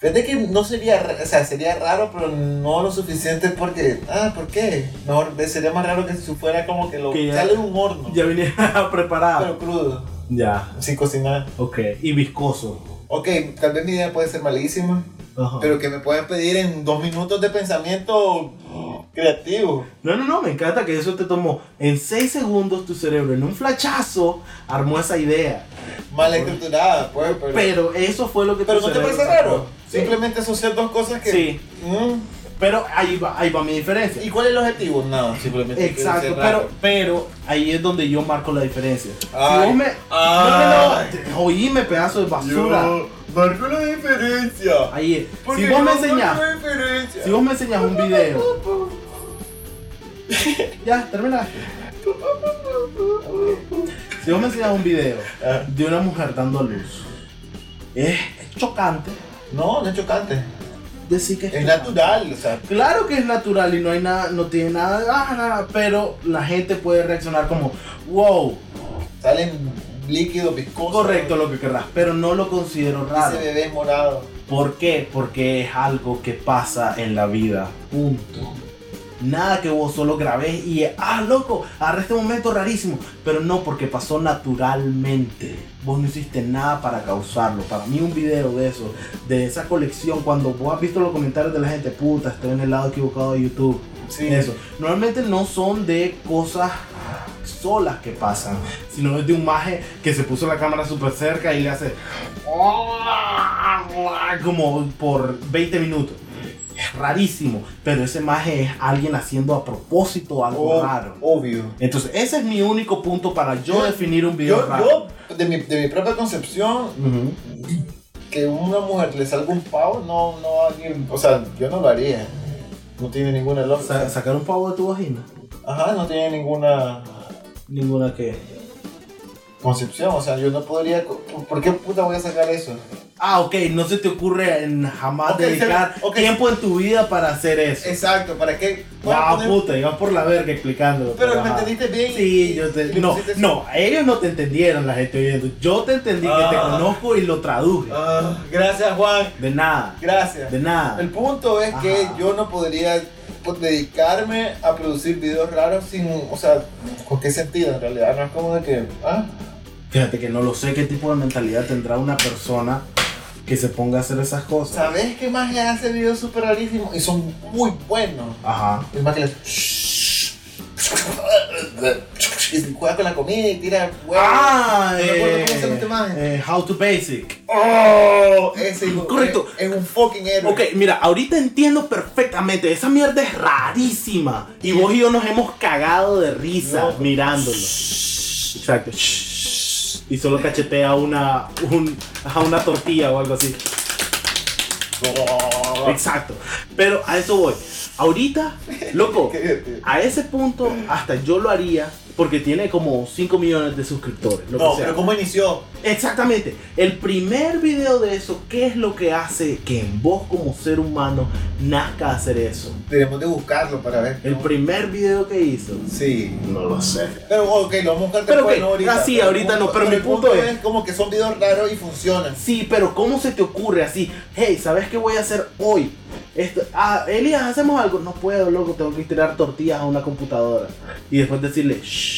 B: Fíjate que no sería, ra- o sea, sería raro, pero no lo suficiente porque, ah, ¿por qué? Mejor, sería más raro que si fuera como que lo
A: Que ya-
B: sale de un horno,
A: Ya venía [LAUGHS] preparado.
B: pero crudo,
A: Ya,
B: sin cocinar.
A: ok. Y viscoso.
B: Ok, tal vez mi idea puede ser malísima,
A: Ajá.
B: pero que me pueden pedir en dos minutos de pensamiento creativo.
A: No, no, no, me encanta que eso te tomó. En 6 segundos tu cerebro, en un flachazo, armó esa idea.
B: Mal estructurada, pues, pero... Pero,
A: Pero eso fue lo que tu
B: no te
A: cerebro
B: parece
A: sacó.
B: raro.
A: Sí.
B: Simplemente asociar dos cosas que...
A: Sí.
B: Mm,
A: Pero ahí va, ahí va mi diferencia.
B: ¿Y cuál es el objetivo? Nada, simplemente... quiero
A: Exacto,
B: ser raro.
A: pero, pero ahí es donde yo marco la diferencia. Si
B: Ay.
A: vos me.
B: Ay.
A: No, no, no. Oíme, pedazo de basura.
B: Yo marco la diferencia.
A: Ahí es.
B: Porque
A: Si vos
B: yo
A: me
B: marco
A: enseñás.
B: la diferencia.
A: Si vos me enseñas un video. Ya, termina. Si vos me enseñas un video
B: Ah.
A: de una mujer dando a luz, es chocante
B: No, no es chocante.
A: decir que es,
B: Es
A: chocante.
B: natural, o sea.
A: Claro que es natural y no hay nada, no tiene nada, ah, nada, pero la gente puede reaccionar como, wow,
B: Salen líquidos viscosos.
A: correcto lo que querrás, pero no lo considero raro.
B: Ese bebé es morado.
A: ¿Por qué? Porque es algo que pasa en la vida. Punto. Nada que vos solo grabés y ah, loco, agarré este momento rarísimo. Pero no, porque pasó naturalmente. Vos no hiciste nada para causarlo. Para mí, un video de eso, de esa colección, cuando vos has visto los comentarios de la gente, puta, estoy en el lado equivocado de YouTube.
B: Sí.
A: Eso. Normalmente no son de cosas solas que pasan, sino es de un maje que se puso la cámara súper cerca y le hace como por 20 minutos. Es rarísimo, pero ese maje es alguien haciendo a propósito algo
B: O-
A: raro.
B: Obvio.
A: Entonces, ese es mi único punto para yo
B: Yo-
A: definir un video
B: Yo,
A: raro.
B: yo, de mi, de mi propia concepción,
A: Ujú.
B: que una mujer le salga un pavo, no, no alguien. O sea, yo no lo haría. No tiene ninguna
A: Sa-
B: lógica.
A: ¿Sacar un pavo de tu vagina?
B: Ajá, no tiene ninguna
A: Ninguna que...
B: concepción. O sea, yo no podría. co- ¿Por qué puta voy a sacar eso?
A: Ah, ok, no se te ocurre en jamás
B: Ok,
A: dedicar
B: se- ok.
A: tiempo en tu vida para hacer eso.
B: Exacto, ¿para qué?
A: Wow,
B: Bueno,
A: Ah, puta, iba por la verga explicándolo.
B: Pero me
A: ajá.
B: entendiste bien.
A: Sí, yo te.
B: Y le
A: No,
B: pusiste así.
A: no, ellos no te entendieron, la gente oyendo. Yo te entendí que te
B: Ah.
A: conozco y lo traduje.
B: Ah, gracias, Juan.
A: De nada,
B: Gracias.
A: de nada.
B: El punto es que
A: Ajá.
B: yo no podría pues, dedicarme a producir videos raros sin, o sea, ¿con qué sentido en realidad? No es como de que, ah,
A: Fíjate que no lo sé qué tipo de mentalidad tendrá una persona que se ponga a hacer esas cosas.
B: ¿sabes qué más que hace videos súper rarísimos? Y son muy buenos.
A: Ajá.
B: Es más que les... Y juega con la comida y tira huevos.
A: Ah,
B: no me acuerdo cómo se llama
A: eh,
B: esta imagen.
A: eh, How to Basic.
B: ¡Oh! Ese hijo-
A: Correcto.
B: Es, es un fucking héroe.
A: Ok, mira, ahorita entiendo perfectamente. Esa mierda es rarísima. Y vos y yo nos hemos cagado de risa
B: No.
A: mirándolo. Exacto. Y solo cachetea una, un- a una tortilla o algo así. Exacto. Pero a eso voy. Ahorita, loco,
B: [LAUGHS] Qué divertido.
A: a ese punto hasta yo lo haría porque tiene como 5 millones de suscriptores. Lo que
B: No,
A: sea.
B: pero ¿cómo inició?
A: Exactamente. El primer video de eso, ¿qué es lo que hace que en vos como ser humano nazca hacer eso?
B: Tenemos de buscarlo para ver.
A: El
B: ¿no?
A: primer video que hizo.
B: Sí.
A: No lo sé.
B: Pero ok, lo vamos a buscar
A: Pero,
B: después,
A: ok,
B: no ahorita.
A: ah, sí, ahorita
B: el
A: no, pero mi
B: el
A: punto es-
B: como que son videos raros y funcionan.
A: Sí, pero ¿cómo se te ocurre así? Hey, ¿sabes qué voy a hacer hoy? Esto, ah, Elías, hacemos algo. No puedo, loco, tengo que tirar tortillas a una computadora. Y después decirle, shh.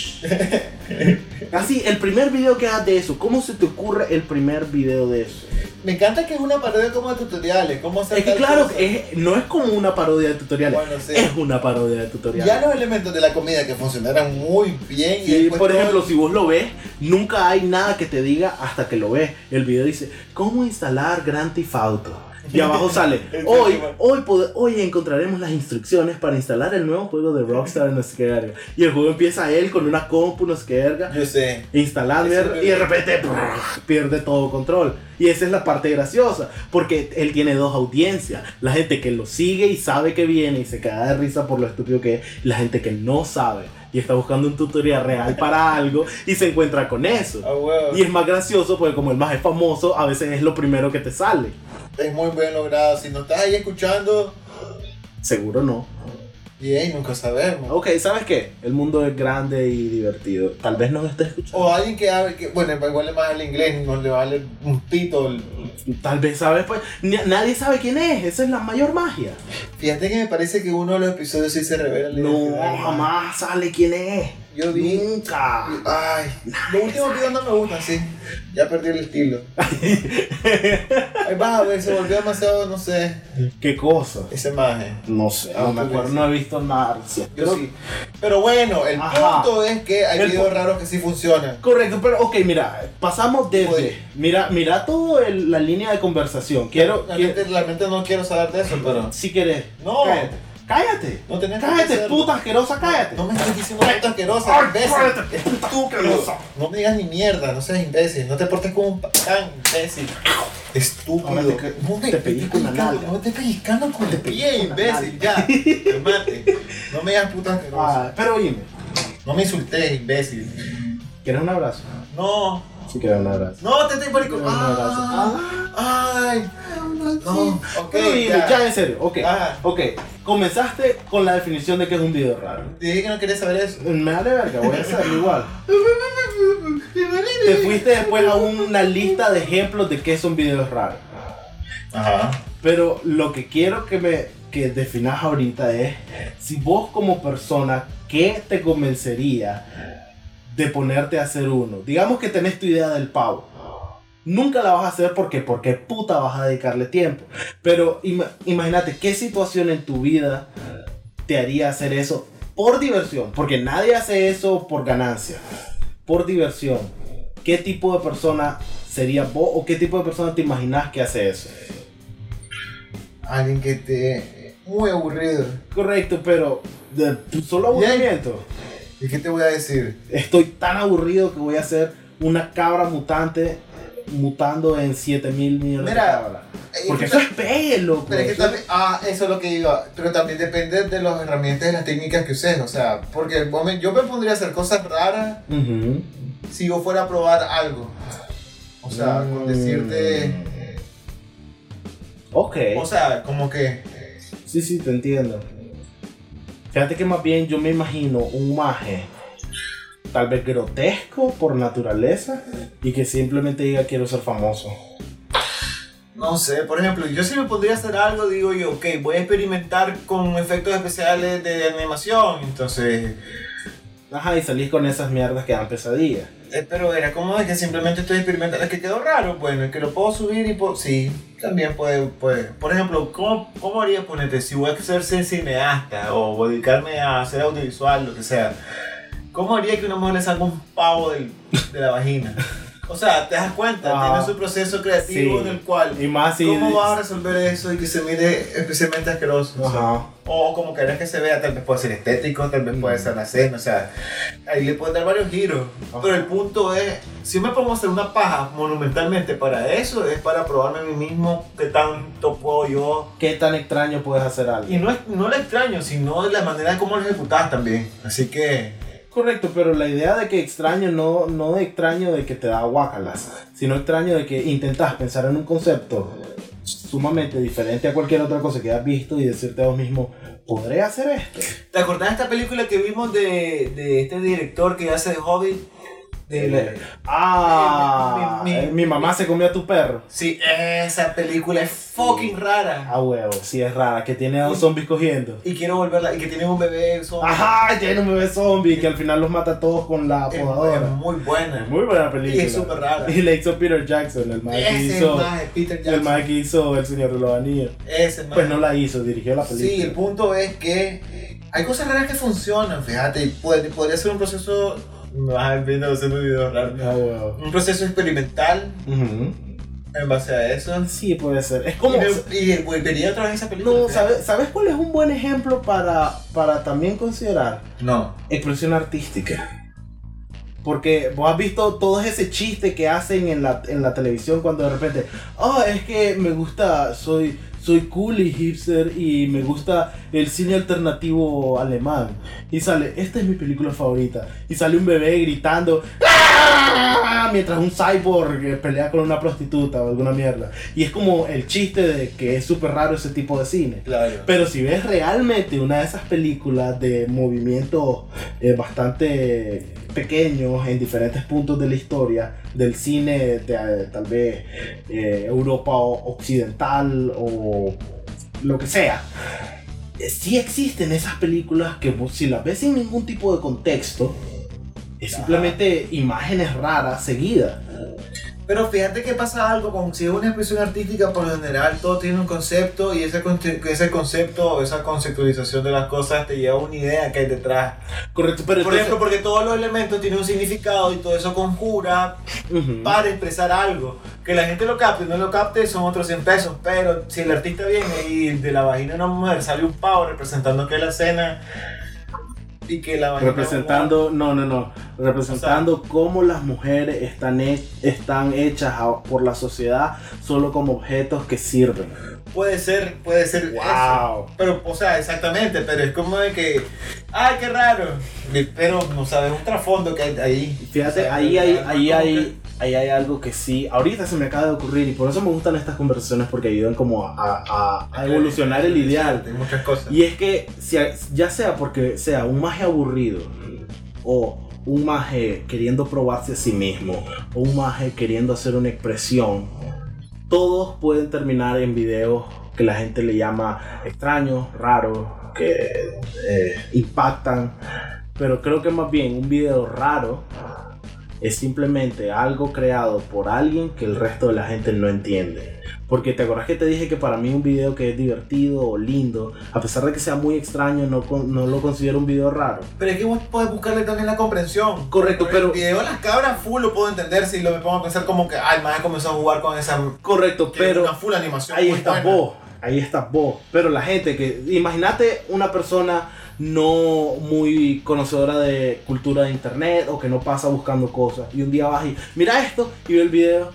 A: Así, el primer video que hagas de eso, ¿cómo se te ocurre el primer video de eso?
B: Me encanta que es una parodia como de tutoriales, cómo hacer
A: Es que
B: tal
A: claro,
B: cosa.
A: es, no es como una parodia de tutoriales.
B: Bueno, sí.
A: Es una parodia de tutoriales.
B: Ya los elementos de la comida que funcionaran muy bien.
A: Sí,
B: después
A: por
B: todo-
A: ejemplo, si vos lo ves, nunca hay nada que te diga hasta que lo ves. El video dice, ¿cómo instalar Grand Theft Auto? Y abajo sale,
B: Exacto.
A: hoy, hoy, pod- hoy encontraremos las instrucciones para instalar el nuevo juego de Rockstar en sé qué verga". Y el juego empieza él con una compu, no sé qué verga,
B: Yo sé.
A: instalar
B: Eso
A: verga,
B: me-
A: y de repente brrr, pierde todo control. Y esa es la parte graciosa, porque él tiene dos audiencias. La gente que lo sigue y sabe que viene y se caga de risa por lo estúpido que es, y la gente que no sabe y está buscando un tutorial real para algo y se encuentra con eso.
B: Ah, huevo.
A: Y es más gracioso porque como el más es famoso, a veces es lo primero que te sale.
B: Es muy bien logrado. Si no estás ahí escuchando,
A: Seguro no.
B: bien, nunca sabemos.
A: Ok, ¿sabes qué? El mundo es grande y divertido. Tal vez no estés escuchando.
B: O alguien que hable, que, bueno, igual le más el inglés, no le vale un pito. el-
A: Tal vez sabes, pues. ni- nadie sabe quién es. Esa es la mayor magia.
B: Fíjate que me parece que uno de los episodios sí se revela. la
A: No,
B: identidad.
A: jamás sale quién es.
B: Yo vi.
A: Nunca.
B: Ay, los últimos videos no me gustan, sí. Ya perdí el estilo.
A: [LAUGHS]
B: Ahí vas a ver, se volvió demasiado, no sé,
A: ¿Qué cosa?
B: esa imagen.
A: No sé, no me acuerdo, no he visto nada. reciente.
B: Yo
A: Creo-
B: sí. Pero bueno, el
A: Ajá.
B: punto es que hay
A: El
B: videos
A: pu-
B: raros que sí funcionan.
A: Correcto, pero ok, mira, pasamos desde.
B: Oye.
A: Mira, mira toda la línea de conversación. Quiero. quiero-
B: Realmente, realmente no quiero saber de eso, pero.
A: si quieres.
B: No.
A: Cállate. Cállate.
B: No tenés por qué
A: cállate,
B: hacerlo.
A: puta asquerosa, cállate.
B: No me estés diciendo puta asquerosa,
A: Ay, este
B: imbécil.
A: cállate,
B: Es
A: [LAUGHS] puta
B: estúpido.
A: asquerosa.
B: [LAUGHS] No me digas ni mierda, no seas imbécil. No te portes como un patán, imbécil.
A: Ahora
B: Estúpido.
A: te ca-
B: No
A: te pellizco
B: pellizcando,
A: una nalga.
B: No te pellizcando con el pie,
A: pellizco una
B: imbécil,
A: [LAUGHS]
B: ya. Calmate. No me digas puta asquerosa.
A: Ah, pero oíme,
B: No me insultes, imbécil.
A: ¿quieres un abrazo?
B: No.
A: Sí, quiero un abrazo.
B: No, te estoy
A: Quiero
B: pariendo.
A: un abrazo.
B: Ah, ay.
A: Ah,
B: No. Ok,
A: Pero oíme, ya.
B: ya.
A: en serio, ok.
B: Ajá.
A: Ok, comenzaste con la definición de que es un video raro.
B: Te dije que no quería saber eso.
A: Me vale verga, voy a hacerlo igual. Te fuiste después a una lista de ejemplos de qué son videos raros.
B: Ajá.
A: Pero lo que quiero que me que definas ahorita es si vos como persona, ¿qué te convencería de ponerte a hacer uno? Digamos que tenés tu idea del pavo. Nunca la vas a hacer porque porque puta vas a dedicarle tiempo. Pero ima- imagínate qué situación en tu vida te haría hacer eso por diversión, porque nadie hace eso por ganancia. Por diversión. ¿Qué tipo de persona sería vos o qué tipo de persona te imaginas que hace eso?
B: Alguien que te. Muy aburrido.
A: Correcto, pero de- solo
B: Bien.
A: aburrimiento.
B: ¿Y qué te voy a decir?
A: Estoy tan aburrido que voy a hacer una cabra mutante eh, mutando en 7 mil millones
B: Mira, eh,
A: de cabras. Porque eso es pues. pelle, loco.
B: Pero es que
A: Eso es-
B: también, ah, eso es lo que iba, pero también depende de las herramientas y las técnicas que uses, o sea, porque vos me- yo me pondría a hacer cosas raras
A: Ujú.
B: si yo fuera a probar algo. O sea, con
A: Mm.
B: decirte,
A: Ok.
B: O sea, como que.
A: Sí, sí, te entiendo. Fíjate que más bien yo me imagino un maje, tal vez grotesco por naturaleza, y que simplemente diga quiero ser famoso.
B: No sé, por ejemplo, yo si me podría hacer algo, digo yo, ok, voy a experimentar con efectos especiales de animación, entonces...
A: Ajá, y salís con esas mierdas que dan pesadillas.
B: eh, pero era como de que simplemente estoy experimentando, es que quedó raro, bueno, es que lo puedo subir y puedo... Sí, también puede, puede. Por ejemplo, ¿cómo, cómo haría, ponete, si voy a ser ser cineasta o dedicarme a hacer audiovisual, lo que sea? ¿Cómo haría que una mujer le salga un pavo del- de la vagina? O sea, te das cuenta,
A: Ah.
B: tiene su proceso creativo
A: Sí.
B: en el cual...
A: Y más si...
B: ¿Cómo vas a resolver eso y que se mire especialmente asqueroso? O sea,
A: Ajá.
B: O como querés que se vea, tal vez puede ser estético, tal vez
A: Mm.
B: puede ser la cena, o sea, ahí le pueden dar varios giros.
A: Ajá.
B: Pero el punto es, si me pongo a hacer una paja monumentalmente para eso, es para probarme a mí mismo qué tanto puedo yo.
A: ¿Qué tan extraño puedes hacer algo?
B: Y no es no lo extraño, sino la manera de cómo lo ejecutás también. Así que,
A: Correcto, pero la idea de que extraño no, no de extraño de que te da guácalas, sino extraño de que intentas pensar en un concepto sumamente diferente a cualquier otra cosa que has visto y decirte a vos mismo, ¿podré hacer esto?
B: ¿te acordás de esta película que vimos de, de este director que hace de Hobbit? De la-
A: Ah,
B: Mi- mi- mi-
A: eh, mi mamá se comió a tu perro.
B: Sí, esa película es fucking rara.
A: Ah, huevo, sí es rara, que tiene a dos zombies cogiendo.
B: Y quiero volverla, y que tienen un bebé son-
A: Ajá, tiene un bebé zombie que al final los mata a todos con la
B: es, es
A: podadora.
B: muy buena.
A: Muy buena película.
B: Y es súper rara.
A: Y la hizo Peter Jackson, el más que
B: Ese es
A: hizo.
B: más de Peter
A: El
B: Jackson.
A: más que hizo El Señor de los Anillos.
B: Ese es más.
A: Pues no la hizo, dirigió la película.
B: sí, el punto es que eh, hay cosas raras que funcionan, fíjate. y puede- podría ser un proceso. Me vas a ver viendo haciendo videos raros.
A: Ah, huevo.
B: Un proceso experimental
A: Ujú.
B: en base a eso.
A: Sí, puede ser. Es como.
B: Y, me- y volvería otra vez a esa película.
A: No,
B: fíjate.
A: ¿sabes, ¿sabes cuál es un buen ejemplo para, para también considerar?
B: No.
A: expresión artística. Porque vos has visto todo ese chiste que hacen en la, en la televisión cuando de repente, oh, es que me gusta, soy, soy cool y hipster y me gusta el cine alternativo alemán. Y sale, esta es mi película favorita. Y sale un bebé gritando, "¡Ah!", mientras un cyborg eh, pelea con una prostituta o alguna mierda. Y es como el chiste de que es súper raro ese tipo de cine.
B: Claro.
A: Pero si ves realmente una de esas películas de movimientos eh, bastante pequeños en diferentes puntos de la historia del cine de eh, tal vez eh, Europa o- occidental o lo que sea. eh, Sí existen esas películas que vos, si las ves sin ningún tipo de contexto, es
B: Ajá.
A: simplemente imágenes raras seguidas.
B: Pero fíjate que pasa algo con si es una expresión artística, por lo general todo tiene un concepto y ese, conce- ese concepto o esa conceptualización de las cosas te lleva a una idea que hay detrás.
A: Correcto, pero
B: Por ejemplo, porque todos los elementos tienen un significado y todo eso conjura
A: Ujú.
B: para expresar algo. Que la gente lo capte o no lo capte son otros 100 pesos, pero si el artista viene y de la vagina de una mujer sale un pavo representando que es la cena y que la vagina... de una
A: Representando, no, no, no. Representando cómo las mujeres están, he- están hechas a- por la sociedad solo como objetos que sirven.
B: mujer- Puede ser, puede ser... eso. Pero, o sea, exactamente, pero es como de que, ay, qué raro. Pero no sabes un trasfondo que hay ahí.
A: Fíjate, ahí hay, ahí hay, ahí hay algo que sí. Ahorita se me acaba de ocurrir y por eso me gustan estas conversaciones porque ayudan como a, a- a evolucionar el ideal.
B: Hay muchas cosas.
A: Y es que si- ya sea porque sea un maje aburrido o un maje queriendo probarse a sí mismo o un maje queriendo hacer una expresión, todos pueden terminar en videos que la gente le llama extraños, raros, que eh, impactan. Pero creo que más bien un video raro es simplemente algo creado por alguien que el resto de la gente no entiende. Porque te acordás que te dije que para mí un video que es divertido o lindo, a pesar de que sea muy extraño, no, con- no lo considero un video raro.
B: Pero es que vos podés buscarle también la comprensión.
A: Correcto,
B: Pero
A: pero...
B: el video de las cabras full lo puedo entender si lo me pongo a pensar como que, ay, más comenzó a jugar con esa.
A: Correcto,
B: que
A: pero...
B: Una full animación.
A: Ahí
B: muy
A: estás
B: buena.
A: vos, ahí estás vos. Pero la gente que. Imagínate una persona no muy conocedora de cultura de internet o que no pasa buscando cosas. Y un día vas y mira esto y ve el video.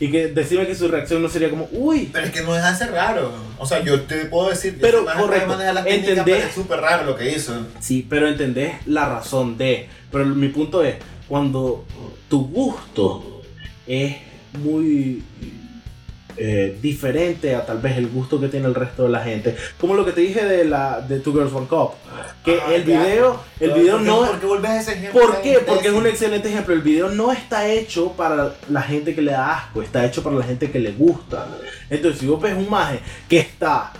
A: Y que decime que su reacción no sería como, uy.
B: Pero es que no deja de ser raro. O sea, yo te puedo decir,
A: Pero,
B: ese man puede
A: correcto,
B: manejar las técnicas,
A: entendé.
B: pero es súper raro lo que hizo.
A: Sí, pero entendés la razón de. Pero mi punto es, cuando tu gusto es muy eh, diferente a tal vez el gusto que tiene el resto de la gente. Como lo que te dije de la de Two Girls One Cup, que
B: Ah,
A: el
B: ya.
A: video, el
B: Pero,
A: video
B: ¿por qué-
A: no
B: ¿Por qué volvés a ese ejemplo?
A: ¿Por
B: tan
A: qué? Porque es un
B: imbécil?
A: excelente ejemplo. El video no está hecho para la gente que le da asco, está hecho para la gente que le gusta. Entonces, si vos ves un maje que está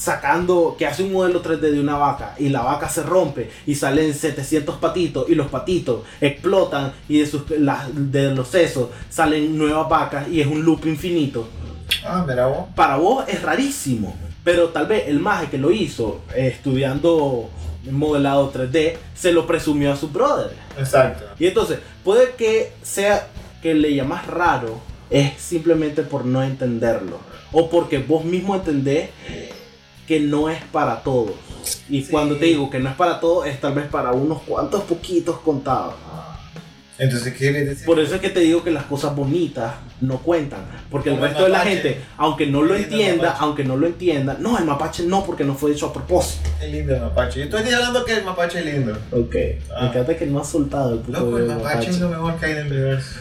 A: sacando, que hace un modelo 3D de una vaca y la vaca se rompe y salen 700 patitos y los patitos explotan y de, sus, las- de los sesos salen nuevas vacas y es un loop infinito
B: Ah, mira vos.
A: para vos es rarísimo, pero tal vez el maje que lo hizo eh, estudiando modelado 3D se lo presumió a sus brothers.
B: Exacto.
A: Y entonces, puede que sea que le llamas raro, es simplemente por no entenderlo o porque vos mismo entendés que no es para todos. Y
B: Sí.
A: cuando te digo que no es para todos, es tal vez para unos cuantos poquitos contados.
B: Entonces, ¿qué quieres decir?
A: Por eso es que te digo que las cosas bonitas no cuentan. Porque el
B: Como el
A: resto de la
B: mapache.
A: gente, aunque no
B: Lindo
A: lo
B: el
A: entienda,
B: mapache.
A: aunque no lo entienda, no, el mapache no, porque no fue hecho a propósito.
B: Qué lindo el mapache. Yo estoy hablando que el mapache es lindo.
A: Ok.
B: Ah.
A: Me encanta que no has soltado el puto
B: Loco, el
A: video
B: mapache,
A: mapache.
B: es lo mejor que hay en el universo.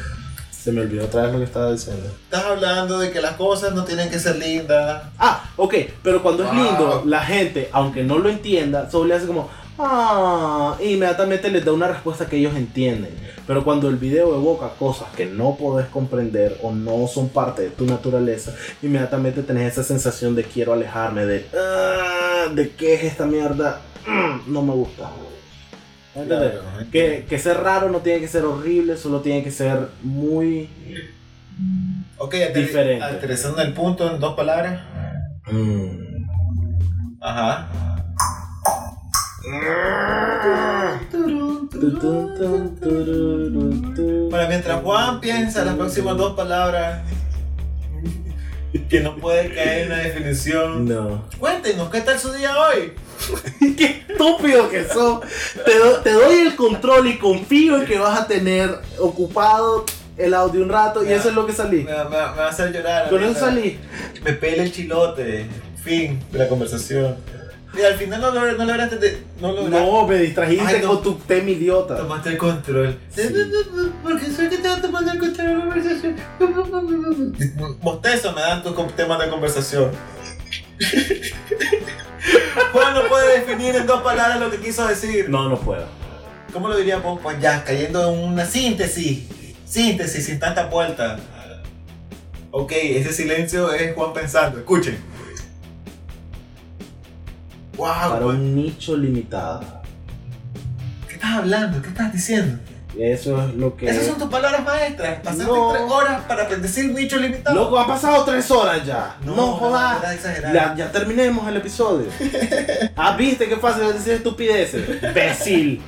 A: Se me olvidó otra vez lo que estaba diciendo.
B: Estás hablando de que las cosas no tienen que ser lindas.
A: Ah, ok. Pero cuando es
B: Wow.
A: lindo, la gente, aunque no lo entienda, solo le hace como. Ah, e inmediatamente les da una respuesta que ellos entienden. Pero cuando el video evoca cosas que no podés comprender o no son parte de tu naturaleza, inmediatamente tenés esa sensación de quiero alejarme, de "Ah, de qué es esta mierda, Mm, no me gusta. ¿Entendés?
B: Claro.
A: Que, que ser raro no tiene que ser horrible, solo tiene que ser muy...
B: Ok, ater-
A: Diferente.
B: aterrizando el punto en dos palabras.
A: mm,
B: Ajá.
A: Tu, tu, tu, tururu, tu.
B: Bueno, mientras Juan piensa las próximas dos palabras que no puede caer en una definición.
A: No.
B: Cuéntenos, ¿qué tal su día hoy?
A: [LAUGHS] Qué estúpido que sos. Te, do- te doy el control y confío en que vas a tener ocupado el audio un rato y eso es lo que
B: Me,
A: salí.
B: va- me va me va a hacer llorar.
A: Con eso
B: ahorita.
A: salí.
B: Me pela el chilote. Fin de la conversación. Y al final no, logré- no lograste. de- no lograste.
A: No, me distrajiste
B: Ay, no.
A: con tu tema idiota.
B: Tomaste el control.
A: Sí.
B: Porque soy que te va a tomar el control de la conversación. Bostezo me dan tus com- temas de
A: [LAUGHS]
B: conversación. Juan no puede definir en dos palabras lo que quiso decir.
A: No, no puedo.
B: ¿Cómo lo diría vos, Juan? Ya, cayendo en una síntesis. Síntesis, sin tanta vuelta. Ok, ese silencio es Juan pensando. Escuchen. Wow,
A: Para
B: Juan,
A: un nicho limitado.
B: ¿qué estás hablando? ¿Qué estás diciendo?
A: Eso es lo que...
B: Esas son tus palabras maestras. Pasaste
A: No.
B: tres horas para bendecir un nicho limitado.
A: Loco, han pasado tres horas ya. No, jodas.
B: verdad, exagerado.
A: Ya, ya terminemos el episodio. Ah, viste qué fácil es decir estupideces. Imbécil.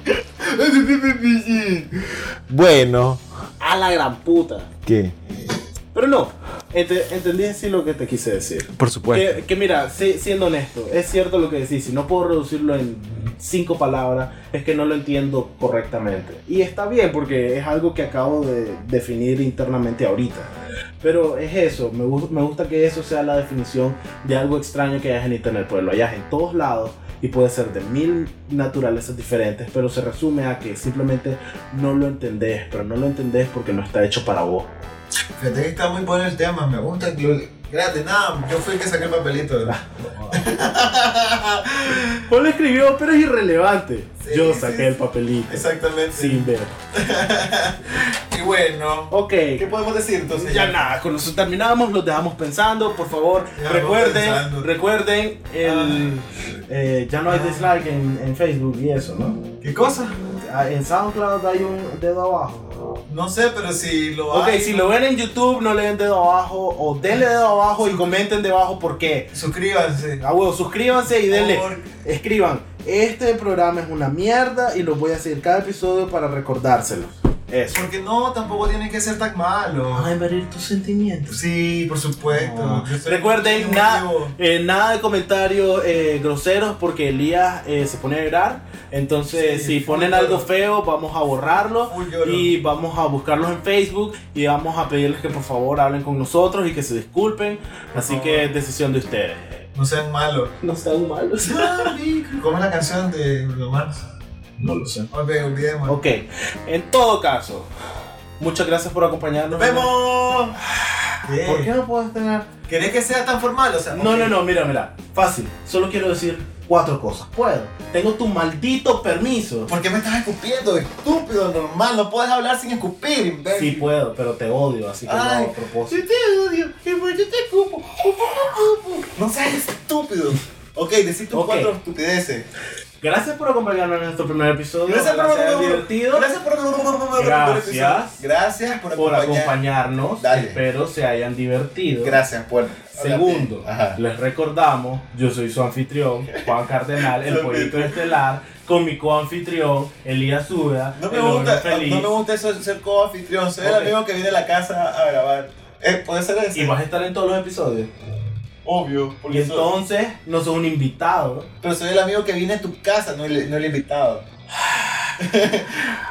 B: Bueno,
A: A la gran puta.
B: ¿qué?
A: Pero no, ente- entendí así lo que te quise decir.
B: Por supuesto.
A: Que, que mira, si- siendo honesto, es cierto lo que decís, si no puedo reducirlo en cinco palabras, es que no lo entiendo correctamente. Y está bien porque es algo que acabo de definir internamente ahorita. Pero es eso, me, gu- me gusta que eso sea la definición de algo extraño que hayas en internet, pues lo hayas en todos lados y puede ser de mil naturalezas diferentes, pero se resume a que simplemente no lo entendés, pero no lo entendés porque no está hecho para vos.
B: Fíjate que está muy bueno el tema, me gusta. incluir- Gracias, nada, yo fui el que saqué el papelito.
A: Ah. Paul escribió, pero es irrelevante.
B: Sí,
A: Yo
B: sí,
A: saqué
B: sí.
A: el papelito.
B: Exactamente.
A: Sin ver.
B: Y bueno,
A: Ok.
B: ¿qué podemos decir entonces?
A: Ya nada, con eso terminamos, los dejamos pensando, por favor,
B: Dejamos
A: recuerden,
B: pensando. Ah.
A: recuerden, el, eh, ya no hay dislike en, en Facebook y eso, ¿no?
B: ¿Qué cosa?
A: Ah, En SoundCloud hay un dedo abajo.
B: No sé, pero si lo
A: Ok,
B: hay,
A: si lo ven en YouTube, no le den dedo abajo, o denle dedo abajo y comenten debajo por qué.
B: suscríbanse.
A: Ah, huevo, suscríbanse y denle.
B: Por-
A: Escriban, este programa es una mierda y los voy a hacer cada episodio para recordárselo. Eso.
B: Porque no, tampoco tienen que ser tan malos.
A: a invadir tus sentimientos.
B: Sí, por supuesto.
A: No.
B: Yo soy
A: Recuerden,
B: muy
A: na-
B: emotivo.
A: Eh, nada de comentarios eh, groseros porque Elías eh, se pone a llorar. Entonces,
B: Sí,
A: si ponen
B: full
A: algo
B: lloro.
A: feo, vamos a borrarlo.
B: Full lloro.
A: Y vamos a buscarlos en Facebook y vamos a pedirles que por favor hablen con nosotros y que se disculpen. Así
B: favor.
A: que es decisión de ustedes.
B: No sean
A: [LAUGHS]
B: malos.
A: No sean malos.
B: ¿Cómo es la canción de Bruno Mars?
A: No lo sé.
B: Ok, olvidemos.
A: Ok, en todo caso, muchas gracias por
B: ¡Nos
A: acompañarnos.
B: vemos! ¿Qué?
A: ¿Por qué no puedo estrenar?
B: ¿Querés que sea tan formal? O sea,
A: No,
B: ok.
A: no, no, mira, mira. Fácil. Solo quiero decir cuatro cosas. Puedo. Tengo tu maldito permiso.
B: ¿Por qué me estás escupiendo? Estúpido, normal. No puedes hablar sin escupir,
A: Sí
B: imbécil.
A: puedo, pero te odio, así que
B: Ay.
A: no a propósito.
B: Yo te odio. y pues Yo te escupo. No seas estúpido. Ok, decís tus
A: Ok.
B: cuatro estupideces.
A: Gracias por acompañarnos en nuestro primer episodio.
B: Gracias por
A: Ojalá sea divertido.
B: Gracias por
A: Gracias.
B: Gracias por
A: por
B: acompañar.
A: acompañarnos.
B: Dale.
A: Espero se hayan divertido.
B: Gracias por.
A: Segundo,
B: Ajá.
A: les recordamos, yo soy su anfitrión, Juan Cardenal,
B: [LAUGHS]
A: el
B: Lo
A: pollito estelar, con mi coanfitrión, Elías Uda,
B: No me,
A: el hombre
B: gusta,
A: feliz.
B: no me gusta eso de ser co-anfitrión. Soy
A: Ok.
B: el amigo que viene a la casa a grabar. Eh, ¿Puede ser
A: Y
B: eso?
A: vas a estar en todos los episodios.
B: Obvio.
A: Y
B: Porque soy-
A: entonces, no sos un invitado.
B: pero soy el amigo que viene a tu casa, no el, no el
A: [SIGHS]
B: invitado.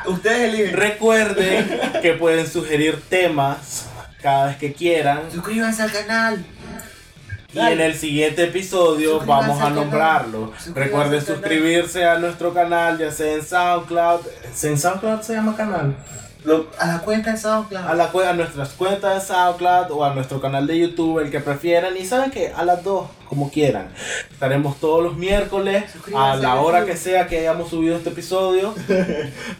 B: Ustedes eligen.
A: Recuerden que pueden sugerir temas cada vez que quieran.
B: Suscríbanse al canal.
A: Y en el siguiente episodio
B: Suscríbanse
A: vamos a
B: al canal.
A: nombrarlo.
B: Suscríbanse
A: Recuerden
B: al canal.
A: suscribirse a nuestro canal, ya sea en SoundCloud. ¿En SoundCloud se llama canal?
B: Lo- a la cuenta de SoundCloud.
A: a, la, cue- a nuestras cuentas de SoundCloud o a nuestro canal de YouTube, el que prefieran. Y saben que a las dos, como quieran. Estaremos todos los miércoles, a
B: Suscríbanse
A: la
B: a
A: hora
B: YouTube.
A: que sea que hayamos subido
B: [LAUGHS]
A: este episodio.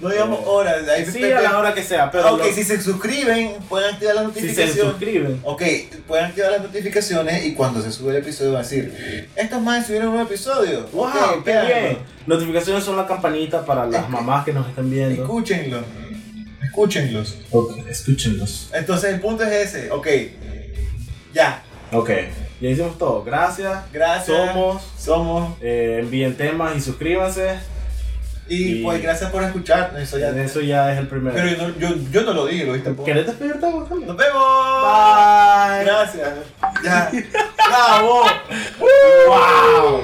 B: No digamos horas. Ahí
A: Sí,
B: Pepe-
A: a la hora que sea, pero
B: Ah, ok,
A: lo-
B: si se suscriben, pueden activar las
A: si se
B: notificaciones.
A: suscriben.
B: Ok, pueden activar las notificaciones y cuando se sube el episodio van a decir, estos más subieron un nuevo episodio.
A: ¡Wow!
B: Ok,
A: ¡Qué
B: véanlo.
A: bien! Notificaciones son la campanita para las mamás que nos están viendo.
B: Escúchenlo. Escúchenlos.
A: Ok, escúchenlos.
B: Entonces el punto es ese. Ok. Ya.
A: Ok, ya hicimos todo. Gracias.
B: Gracias.
A: Somos.
B: Somos.
A: eh, envíen temas y suscríbanse.
B: Y,
A: Y-
B: pues gracias por escucharnos. Eso ya.
A: Eso ya es el primero.
B: Pero yo no, yo, yo no lo digo, ¿viste? po?
A: ¿Querés despedirte? Juan Carlos?
B: Nos vemos.
A: Bye.
B: Gracias. Ya. Bravo.
A: [LAUGHS] Wow.